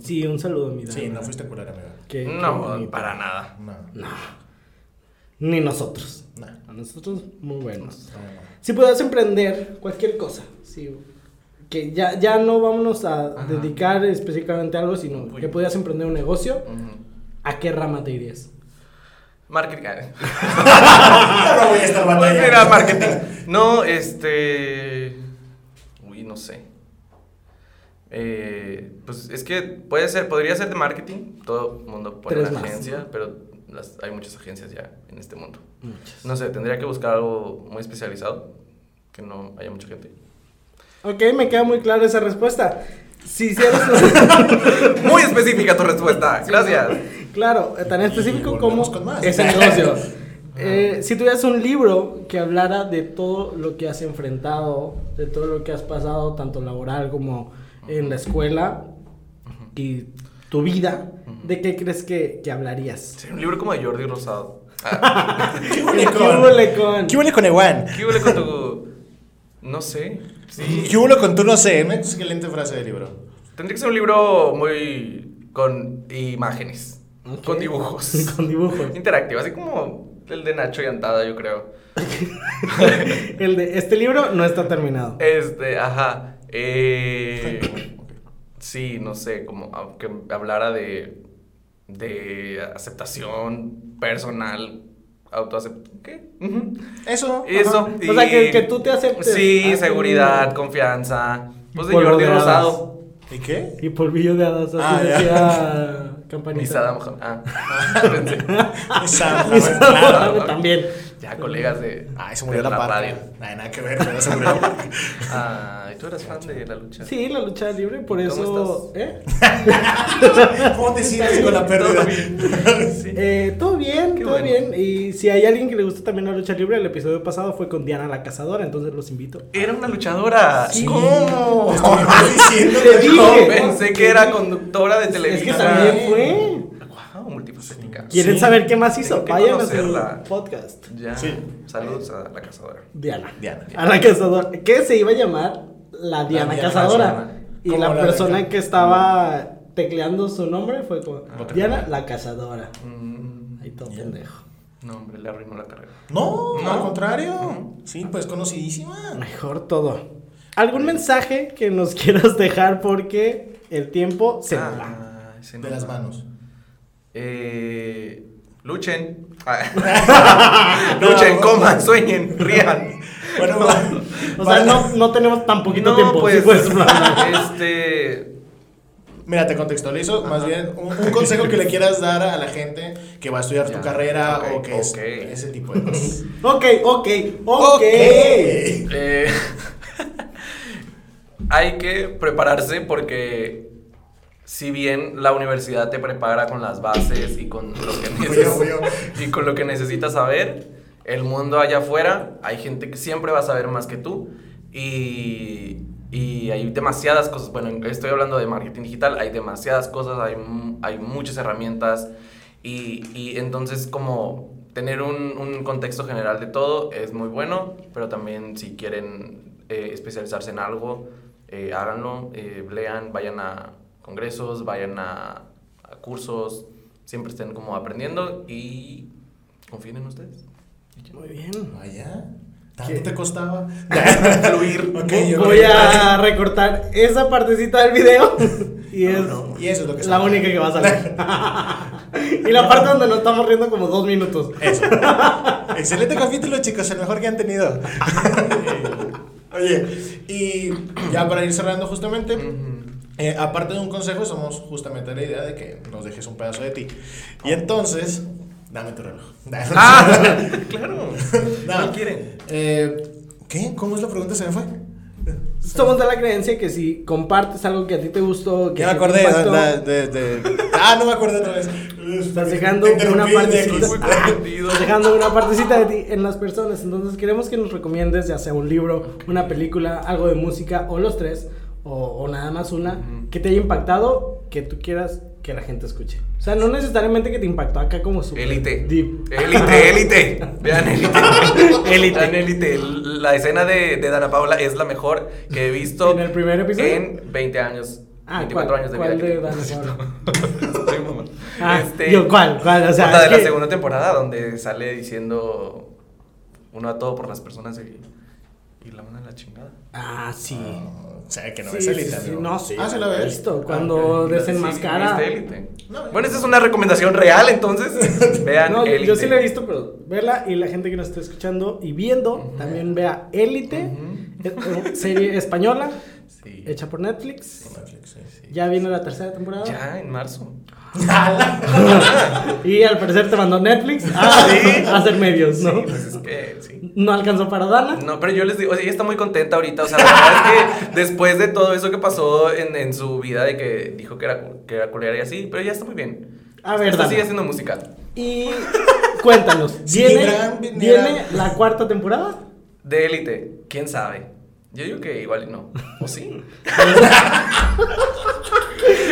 [SPEAKER 5] Sí, un saludo, mi
[SPEAKER 4] Sí,
[SPEAKER 5] Dana.
[SPEAKER 4] no fuiste culera, amiga.
[SPEAKER 5] Qué-
[SPEAKER 6] no,
[SPEAKER 5] qué bonito.
[SPEAKER 6] para nada.
[SPEAKER 4] No, no,
[SPEAKER 5] Ni nosotros.
[SPEAKER 4] no.
[SPEAKER 5] A nosotros, muy buenos.
[SPEAKER 4] no.
[SPEAKER 5] Si pudieras emprender cualquier cosa, sí, que ya, ya no vámonos a
[SPEAKER 6] Ajá.
[SPEAKER 5] dedicar específicamente a algo, sino
[SPEAKER 6] Uy.
[SPEAKER 5] que pudieras emprender un negocio,
[SPEAKER 6] Ujú.
[SPEAKER 5] ¿a qué rama te irías?
[SPEAKER 6] Marketing. ah,
[SPEAKER 4] no voy a estar
[SPEAKER 6] Pues
[SPEAKER 4] batallando.
[SPEAKER 6] mira, marketing. No, este. Uy, no sé. Eh, pues es que puede ser, podría ser de marketing. Todo el mundo pone
[SPEAKER 5] Tres
[SPEAKER 6] una
[SPEAKER 5] más.
[SPEAKER 6] agencia, pero las- hay muchas agencias ya en este mundo.
[SPEAKER 5] Muchas.
[SPEAKER 6] No sé, tendría que buscar algo muy especializado, que no haya mucha gente.
[SPEAKER 5] Ok, me queda muy clara esa respuesta. Si hicieras...
[SPEAKER 6] Muy específica tu respuesta, gracias.
[SPEAKER 5] claro, tan
[SPEAKER 4] Y
[SPEAKER 5] específico
[SPEAKER 4] volvemos
[SPEAKER 5] como
[SPEAKER 4] con más.
[SPEAKER 5] ese negocio. Eh, si tuvieras un libro que hablara de todo lo que has enfrentado, de todo lo que has pasado, tanto laboral como en la escuela y tu vida, ¿de qué crees que, que hablarías?
[SPEAKER 6] Sí, un libro como de Jordi Rosado. Ah,
[SPEAKER 4] ¿Qué
[SPEAKER 5] ¿Qué
[SPEAKER 4] huele
[SPEAKER 5] huele con?
[SPEAKER 4] con? ¿Qué huele con Ewan?
[SPEAKER 6] ¿Qué huele con tu.? No sé. Sí.
[SPEAKER 4] ¿Qué huele con tú no sé? Una excelente frase del libro.
[SPEAKER 6] Tendría que ser un libro muy con imágenes,
[SPEAKER 5] Ok.
[SPEAKER 6] con dibujos,
[SPEAKER 5] Con dibujos.
[SPEAKER 6] interactivo, así como el de Nacho y Antada, yo creo.
[SPEAKER 5] El de este libro no está terminado.
[SPEAKER 4] Eh.
[SPEAKER 6] Este, ajá. eh, sí, no sé, como a- que hablara de de aceptación personal, autoaceptación, ¿qué? Ujú.
[SPEAKER 4] Eso.
[SPEAKER 6] Eso.
[SPEAKER 5] Ajá. O sea, que- que tú te aceptes.
[SPEAKER 6] Sí,
[SPEAKER 5] Ah,
[SPEAKER 6] seguridad,
[SPEAKER 5] sí.
[SPEAKER 6] confianza. Pues de
[SPEAKER 5] Color
[SPEAKER 6] Jordi
[SPEAKER 5] de hadas.
[SPEAKER 6] Rosado.
[SPEAKER 4] ¿Y qué?
[SPEAKER 5] Y polvillo de hadas, así
[SPEAKER 4] Ah, ya.
[SPEAKER 5] decía Campanita.
[SPEAKER 6] Mi Saddam Hussein. Ah, pensé.
[SPEAKER 4] Esa-
[SPEAKER 5] Y Saddam
[SPEAKER 6] Claro.
[SPEAKER 5] también.
[SPEAKER 6] Ya, colegas de.
[SPEAKER 5] Ah,
[SPEAKER 4] Ay, se murió
[SPEAKER 6] de
[SPEAKER 4] la parra.
[SPEAKER 6] radio.
[SPEAKER 4] Ay, nada que ver, pero se murió.
[SPEAKER 6] Ay, tú eras fan de la lucha.
[SPEAKER 5] Ah, Sí, la lucha libre, por
[SPEAKER 6] ¿Cómo
[SPEAKER 5] eso. ¿Eh?
[SPEAKER 4] ¿Cómo te sientes con la pérdida?
[SPEAKER 6] Sí.
[SPEAKER 5] Eh, todo bien,
[SPEAKER 6] Qué
[SPEAKER 5] todo
[SPEAKER 6] bueno.
[SPEAKER 5] bien. Y si hay alguien que le gusta también la lucha libre, el episodio pasado fue con Diana la cazadora, entonces los invito.
[SPEAKER 6] Era una luchadora.
[SPEAKER 5] Sí.
[SPEAKER 6] ¿Cómo?
[SPEAKER 4] Estoy diciendo
[SPEAKER 5] Te
[SPEAKER 4] que-
[SPEAKER 5] dije.
[SPEAKER 6] No, pensé que era conductora de
[SPEAKER 5] Es que
[SPEAKER 6] televisión.
[SPEAKER 5] también fue.
[SPEAKER 6] Wow, multifacética.
[SPEAKER 5] ¿Quieren saber qué más hizo?
[SPEAKER 6] Hay que
[SPEAKER 5] Vayan a
[SPEAKER 6] conocerla.
[SPEAKER 5] su podcast.
[SPEAKER 6] Ya.
[SPEAKER 4] Sí.
[SPEAKER 6] Saludos a la cazadora.
[SPEAKER 5] Diana.
[SPEAKER 4] Diana.
[SPEAKER 5] A la cazadora. Que se iba a llamar la Diana
[SPEAKER 4] Diana
[SPEAKER 5] Cazadora.
[SPEAKER 6] Cazadora.
[SPEAKER 5] Y
[SPEAKER 4] Como
[SPEAKER 5] la
[SPEAKER 4] la
[SPEAKER 5] persona
[SPEAKER 4] de-
[SPEAKER 5] que estaba tecleando su nombre fue como Diana la Cazadora.
[SPEAKER 6] Mm,
[SPEAKER 5] Ahí todo
[SPEAKER 4] Ya.
[SPEAKER 5] pendejo.
[SPEAKER 6] no, hombre, le arruinó la carrera.
[SPEAKER 4] No,
[SPEAKER 6] No.
[SPEAKER 4] al contrario. Sí, pues conocidísima.
[SPEAKER 5] Mejor todo. ¿Algún mensaje que nos quieras dejar? Porque el tiempo se
[SPEAKER 6] Ah.
[SPEAKER 5] nos va.
[SPEAKER 6] Ay, se
[SPEAKER 4] De
[SPEAKER 6] nos
[SPEAKER 4] las
[SPEAKER 6] va.
[SPEAKER 4] manos.
[SPEAKER 6] Eh, luchen. Ah. luchen,
[SPEAKER 4] No.
[SPEAKER 6] coman, sueñen, rían.
[SPEAKER 4] Bueno,
[SPEAKER 5] O sea,
[SPEAKER 4] para-
[SPEAKER 5] no, no tenemos tan poquito tiempo.
[SPEAKER 6] pues,
[SPEAKER 5] sí, pues,
[SPEAKER 6] este,
[SPEAKER 4] Mira, te contextualizo, más bien un, un consejo que le quieras dar a la gente que va a estudiar tu
[SPEAKER 6] Ya,
[SPEAKER 4] carrera
[SPEAKER 6] ok,
[SPEAKER 4] o que es
[SPEAKER 6] ok.
[SPEAKER 4] ese tipo de cosas.
[SPEAKER 5] ok, ok, ok.
[SPEAKER 6] eh, hay que prepararse porque si bien la universidad te prepara con las bases y con lo que
[SPEAKER 4] Voy yo, voy yo.
[SPEAKER 6] neces- y con lo que necesitas saber, el mundo allá afuera, hay gente que siempre va a saber más que tú y, y hay demasiadas cosas, bueno, estoy hablando de marketing digital, hay demasiadas cosas, hay, mu- hay muchas herramientas y, y entonces como tener un, un contexto general de todo es muy bueno, pero también si quieren eh, especializarse en algo, eh, háganlo, eh, lean, vayan a congresos, vayan a, a cursos, siempre estén como aprendiendo y confíen en ustedes.
[SPEAKER 5] Muy bien.
[SPEAKER 4] Vaya, tanto te costaba.
[SPEAKER 6] Fluir.
[SPEAKER 4] Ok, ok.
[SPEAKER 5] Voy a recortar esa partecita del video Y es
[SPEAKER 4] Y eso es lo que
[SPEAKER 5] la
[SPEAKER 4] sabe.
[SPEAKER 5] única que va a salir. y la parte donde nos estamos riendo como dos minutos.
[SPEAKER 4] Eso. Excelente capítulo, chicos, el mejor que han tenido. Oye, y ya para ir cerrando justamente, eh, aparte de un consejo, somos justamente la idea de que nos dejes un pedazo de ti. Y entonces, dame tu reloj.
[SPEAKER 6] Oh. Ah, claro. ¿Cuál quieren?
[SPEAKER 4] Eh, ¿Qué? ¿Cómo es la pregunta? Se me fue.
[SPEAKER 5] Somos de la creencia que si compartes algo que a ti te gustó, que
[SPEAKER 4] Ya me
[SPEAKER 5] te
[SPEAKER 4] acordé.
[SPEAKER 5] impactó,
[SPEAKER 4] da- de, de- Ah, no me acordé otra vez.
[SPEAKER 5] Estás dejando
[SPEAKER 4] Te interrumpí,
[SPEAKER 5] una partecita.
[SPEAKER 4] Dex.
[SPEAKER 6] Ah.
[SPEAKER 5] Estás dejando una partecita de ti en las personas. Entonces queremos que nos recomiendes ya sea un libro, una película, algo de música o los tres o, o nada más una que te haya impactado, que tú quieras que la gente escuche. O sea, no necesariamente que te impactó acá como su
[SPEAKER 6] Élite.
[SPEAKER 5] deep.
[SPEAKER 6] Élite, élite. Vean élite. Vean élite. La escena de, de Dana Paula es la mejor que he visto.
[SPEAKER 5] ¿En el primer episodio?
[SPEAKER 6] En 20 años.
[SPEAKER 5] Ah,
[SPEAKER 6] 24
[SPEAKER 5] ¿cuál-
[SPEAKER 6] años de
[SPEAKER 5] cuál
[SPEAKER 6] vida.
[SPEAKER 5] de
[SPEAKER 6] que tengo.
[SPEAKER 5] Dana Paula?
[SPEAKER 6] Estoy mamón.
[SPEAKER 5] Ah,
[SPEAKER 6] Este,
[SPEAKER 5] yo, ¿cuál? ¿Cuál? O sea,
[SPEAKER 6] la de
[SPEAKER 5] es
[SPEAKER 6] la
[SPEAKER 5] que-
[SPEAKER 6] segunda temporada donde sale diciendo uno a todo por las personas y, y la manda a la chingada.
[SPEAKER 5] Ah, sí.
[SPEAKER 4] O sea, que no
[SPEAKER 5] Sí,
[SPEAKER 4] ves
[SPEAKER 5] sí,
[SPEAKER 4] élite,
[SPEAKER 5] sí,
[SPEAKER 4] amigo.
[SPEAKER 5] no, sí.
[SPEAKER 4] Ah, se la
[SPEAKER 5] la he
[SPEAKER 4] ves.
[SPEAKER 5] visto, cuando
[SPEAKER 6] Sí,
[SPEAKER 5] desenmascara.
[SPEAKER 6] ¿viste Élite? bueno, esa es una recomendación real, entonces. Vean
[SPEAKER 5] No,
[SPEAKER 6] Élite.
[SPEAKER 5] yo sí la he visto, pero verla y la gente que nos está escuchando y viendo también vea Élite, eh, eh, serie española
[SPEAKER 6] Sí.
[SPEAKER 5] hecha por Netflix.
[SPEAKER 4] Netflix, sí, sí.
[SPEAKER 5] Ya viene la tercera temporada.
[SPEAKER 6] Ya, en marzo.
[SPEAKER 5] Y al parecer te mandó Netflix a, a hacer medios, ¿no?
[SPEAKER 6] Ah, Sí, pues es que sí.
[SPEAKER 5] No alcanzó para Dana.
[SPEAKER 6] No, pero yo les digo, o sea, ella está muy contenta ahorita. O sea, la verdad es que después de todo eso que pasó en, en su vida, de que dijo que era, que era culera y así, pero ya está muy bien.
[SPEAKER 5] A ver,
[SPEAKER 6] Está-
[SPEAKER 5] Dana.
[SPEAKER 6] sigue haciendo música.
[SPEAKER 5] Y cuéntanos,
[SPEAKER 4] Sí,
[SPEAKER 5] ¿viene,
[SPEAKER 4] gran- gran-
[SPEAKER 5] ¿viene la cuarta temporada?
[SPEAKER 6] De élite, quién sabe. Yo digo que igual y no. ¿O sí?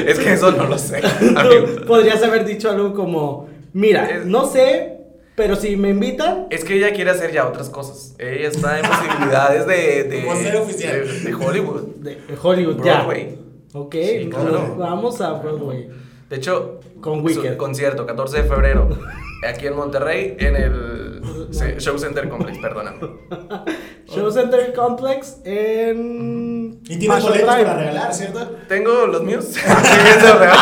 [SPEAKER 6] es que eso no lo sé.
[SPEAKER 5] Tú
[SPEAKER 6] amigo.
[SPEAKER 5] podrías haber dicho algo como, mira,
[SPEAKER 6] Es-
[SPEAKER 5] no sé, pero si me invitan,
[SPEAKER 6] Es que ella quiere hacer ya otras cosas. Ella está en posibilidades de. de
[SPEAKER 4] Como ser oficial.
[SPEAKER 6] de- de Hollywood.
[SPEAKER 5] de Hollywood
[SPEAKER 6] Broadway.
[SPEAKER 5] ya. Ok,
[SPEAKER 6] Sí, claro.
[SPEAKER 5] nos vamos a Broadway.
[SPEAKER 6] De hecho,
[SPEAKER 5] Con
[SPEAKER 6] su
[SPEAKER 5] Wicked.
[SPEAKER 6] concierto, 14 de febrero, aquí en Monterrey, en el se- Show Center Complex, perdóname.
[SPEAKER 5] Show Center Complex en.
[SPEAKER 4] Y tienes
[SPEAKER 5] Paseo
[SPEAKER 4] boletos
[SPEAKER 5] Drive.
[SPEAKER 4] para regalar, ¿cierto?
[SPEAKER 6] ¿Tengo los míos? Sí, eso es real.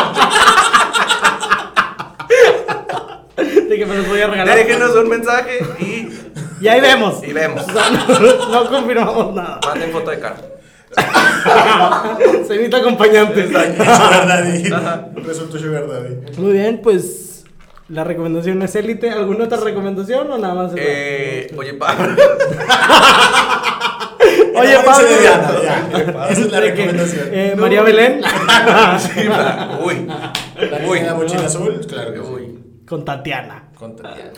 [SPEAKER 5] De que me los voy a regalar.
[SPEAKER 6] Déjenos un mensaje y,
[SPEAKER 5] Y ahí vemos.
[SPEAKER 6] y vemos.
[SPEAKER 5] O sea, no, no confirmamos nada.
[SPEAKER 6] Manden foto de cara.
[SPEAKER 5] Se invita acompañantes.
[SPEAKER 4] Sugar Daddy. Resultó Sugar Daddy.
[SPEAKER 5] Muy bien, pues. La recomendación es élite. ¿Alguna otra recomendación o nada más? esa?
[SPEAKER 6] Eh, oye, Pablo.
[SPEAKER 5] Oye, Pablo.
[SPEAKER 4] Sí, ya, ya. Esa es la
[SPEAKER 5] De que,
[SPEAKER 4] recomendación.
[SPEAKER 5] eh, María Belén.
[SPEAKER 6] Sí, va. Uy.
[SPEAKER 4] La niña
[SPEAKER 6] Uy.
[SPEAKER 4] en la mochila azul, claro que sí.
[SPEAKER 6] Uy.
[SPEAKER 5] Con Tatiana.
[SPEAKER 4] Con Tatiana.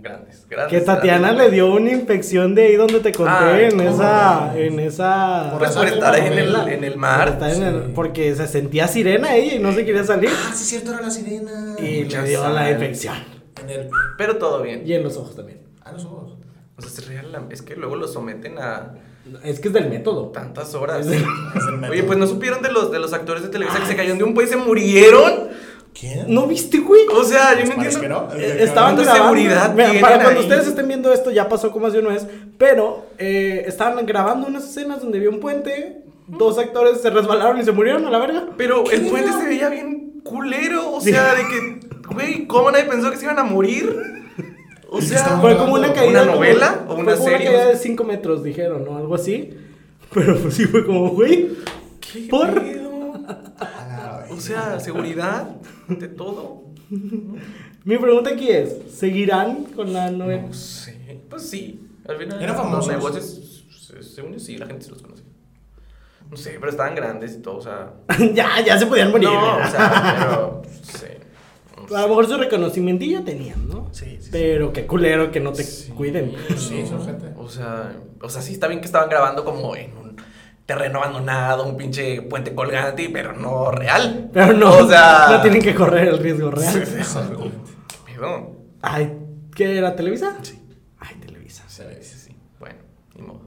[SPEAKER 6] Grandes, grandes.
[SPEAKER 5] Que Tatiana le dio una infección de ahí donde te conté,
[SPEAKER 6] Ah,
[SPEAKER 5] en
[SPEAKER 6] ¿cómo?
[SPEAKER 5] esa. En esa.
[SPEAKER 6] Pues por estar ahí en el, en el mar.
[SPEAKER 5] Está en el- porque se sentía sirena ella y no se quería salir.
[SPEAKER 4] Ah, sí, cierto, era la sirena.
[SPEAKER 5] Y
[SPEAKER 6] ya
[SPEAKER 5] le dio la
[SPEAKER 6] saben.
[SPEAKER 5] infección.
[SPEAKER 4] En el.
[SPEAKER 6] Pero todo bien.
[SPEAKER 5] Y en los ojos también.
[SPEAKER 4] Ah, los ojos.
[SPEAKER 6] O sea, se ríen la- es que luego lo someten a
[SPEAKER 5] Es que es del método.
[SPEAKER 6] tantas horas.
[SPEAKER 4] Es el método.
[SPEAKER 6] Oye, pues no supieron de los, de los actores de Televisa que se cayeron de un país y se murieron.
[SPEAKER 4] ¿Quién?
[SPEAKER 5] ¿No viste, güey?
[SPEAKER 6] O sea, yo no
[SPEAKER 4] Parece
[SPEAKER 6] entiendo.
[SPEAKER 4] que no.
[SPEAKER 5] Eh, Estaban
[SPEAKER 6] ¿Cuánta
[SPEAKER 5] grabando.
[SPEAKER 6] seguridad
[SPEAKER 5] Mira,
[SPEAKER 6] tienen
[SPEAKER 5] para cuando
[SPEAKER 6] ahí?
[SPEAKER 5] ustedes estén viendo esto, ya pasó como hace un mes. Pero eh, estaban grabando unas escenas donde vio un puente. Dos actores se resbalaron y se murieron a la verga.
[SPEAKER 6] Pero el
[SPEAKER 5] ¿Qué?
[SPEAKER 6] puente se veía bien culero. O sea, de que, güey, ¿cómo nadie pensó que se iban a morir? O sea,
[SPEAKER 5] Fue como una caída.
[SPEAKER 6] ¿Una
[SPEAKER 5] como-
[SPEAKER 6] novela o
[SPEAKER 5] fue
[SPEAKER 6] una
[SPEAKER 5] como
[SPEAKER 6] serie?
[SPEAKER 5] Una caída de 5 metros, dijeron, o algo así. Pero pues sí fue como, güey. ¿Por?
[SPEAKER 4] A la vez.
[SPEAKER 6] O sea, seguridad de todo.
[SPEAKER 5] Mi pregunta aquí es: ¿seguirán con la novela?
[SPEAKER 6] No sé. Pues sí. Al final,
[SPEAKER 4] Eran
[SPEAKER 6] los
[SPEAKER 4] famosos.
[SPEAKER 6] negocios, se- según yo sí, la gente se los conocía. No sé, pero estaban grandes y todo, o sea.
[SPEAKER 5] ya, ya se podían morir.
[SPEAKER 6] No, o
[SPEAKER 5] ¿verdad?
[SPEAKER 6] sea, pero. pues, Sí.
[SPEAKER 5] a lo mejor su reconocimiento ya tenían, ¿no?
[SPEAKER 6] Sí, sí,
[SPEAKER 5] Pero qué culero que no te cuiden.
[SPEAKER 4] Sí, son gente.
[SPEAKER 6] O sea, o sea, sí está bien que estaban grabando como en un terreno abandonado, un pinche puente colgante, pero no real.
[SPEAKER 5] Pero no,
[SPEAKER 6] o sea,
[SPEAKER 5] no tienen que correr el riesgo real.
[SPEAKER 4] Exactamente.
[SPEAKER 6] ¿Qué pedo?
[SPEAKER 5] Ay, ¿qué era Televisa? Sí. Ay, Televisa.
[SPEAKER 6] Sí, sí. Bueno, ni modo.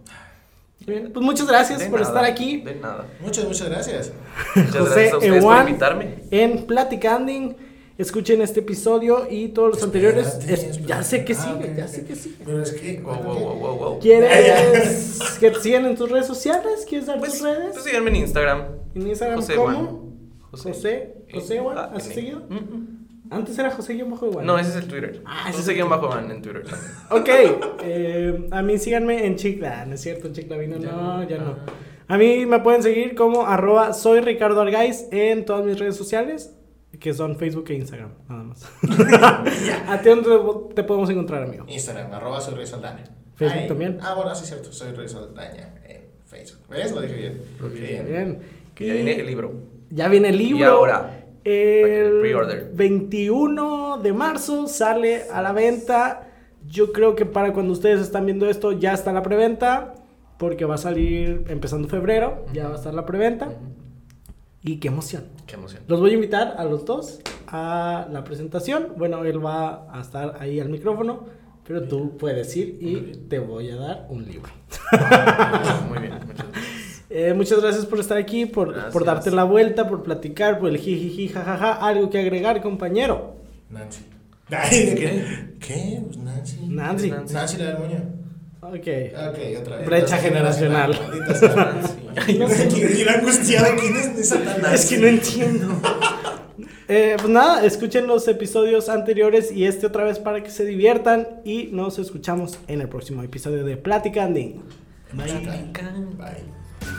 [SPEAKER 5] Bien, pues muchas gracias
[SPEAKER 6] De
[SPEAKER 5] por
[SPEAKER 6] nada,
[SPEAKER 5] estar aquí.
[SPEAKER 6] De nada.
[SPEAKER 4] Muchas, muchas gracias.
[SPEAKER 6] Muchas gracias a ustedes
[SPEAKER 5] Ewan
[SPEAKER 6] por invitarme.
[SPEAKER 5] En Platicanding. Escuchen este episodio y todos los anteriores. Es-
[SPEAKER 4] Espérate,
[SPEAKER 5] ya sé que
[SPEAKER 4] espérate. Ah, ok,
[SPEAKER 5] sigue, ya
[SPEAKER 4] ok.
[SPEAKER 5] sé que sigue.
[SPEAKER 4] Pero es que.
[SPEAKER 6] Wow, wow, wow, wow, wow.
[SPEAKER 5] ¿Quieres que te sigan en tus redes sociales? ¿Quieres dar
[SPEAKER 6] Pues,
[SPEAKER 5] tus redes?
[SPEAKER 6] pues síganme en Instagram.
[SPEAKER 5] en Instagram,
[SPEAKER 6] José
[SPEAKER 5] ¿cómo?
[SPEAKER 6] Ewan. José.
[SPEAKER 5] José, José
[SPEAKER 6] Eh,
[SPEAKER 5] Juan,
[SPEAKER 6] ah,
[SPEAKER 5] así
[SPEAKER 6] N.
[SPEAKER 5] seguido.
[SPEAKER 6] Mm,
[SPEAKER 5] Antes era José guión bajo
[SPEAKER 6] mm.
[SPEAKER 5] igual.
[SPEAKER 6] No, ese es el Twitter.
[SPEAKER 5] Ah, ese
[SPEAKER 6] José
[SPEAKER 5] es el
[SPEAKER 6] guión bajo Juan en Twitter. también.
[SPEAKER 5] Ok, eh, a mí síganme en Chicla, no es cierto, en Chicla vino,
[SPEAKER 6] Ya
[SPEAKER 5] no,
[SPEAKER 6] no.
[SPEAKER 5] ya no. A mí me pueden seguir como arroba soy Ricardo Argáiz en todas mis redes sociales, que son Facebook e Instagram, nada más. ¿A ti dónde te podemos encontrar, amigo?
[SPEAKER 4] Instagram, arroba soy Rey Saldaña.
[SPEAKER 5] Facebook
[SPEAKER 4] Ay,
[SPEAKER 5] también.
[SPEAKER 4] Ah, bueno, sí, es cierto. Soy Rey Saldaña en Facebook. ¿Ves? Lo dije bien. Bien.
[SPEAKER 5] Bien.
[SPEAKER 6] Que ya
[SPEAKER 5] Y-
[SPEAKER 6] viene el libro.
[SPEAKER 5] ya viene el libro.
[SPEAKER 6] Y ahora,
[SPEAKER 5] El
[SPEAKER 6] pre-order.
[SPEAKER 5] 21 de marzo sale a la venta. Yo creo que para cuando ustedes están viendo esto ya está la preventa. Porque va a salir empezando febrero. Ya va a estar la preventa. Y qué emoción.
[SPEAKER 6] Qué emoción.
[SPEAKER 5] Los voy a invitar a los dos a la presentación. Bueno, él va a estar ahí al micrófono. Pero tú puedes ir y te voy a dar un libro.
[SPEAKER 6] Muy bien, muchas gracias.
[SPEAKER 5] Eh, muchas gracias por estar aquí, por, por
[SPEAKER 6] Gracias.
[SPEAKER 5] darte la vuelta, por platicar, por el jijiji, jajaja. Algo que agregar, compañero.
[SPEAKER 4] Nancy. Ay, ¿de qué? ¿Qué? Pues Nancy.
[SPEAKER 5] Nancy.
[SPEAKER 6] Nancy.
[SPEAKER 4] Nancy la del moño.
[SPEAKER 5] Ok.
[SPEAKER 4] Ok, otra vez.
[SPEAKER 5] Brecha generacional.
[SPEAKER 4] Maldita sea. Ay, no sé quién es angustiado. ¿Quién es esa tan
[SPEAKER 5] Es que no entiendo. Eh, pues nada, escuchen los episodios anteriores y este otra vez para que se diviertan. Y nos escuchamos en el próximo episodio de Platicanding.
[SPEAKER 4] Bye. Bye.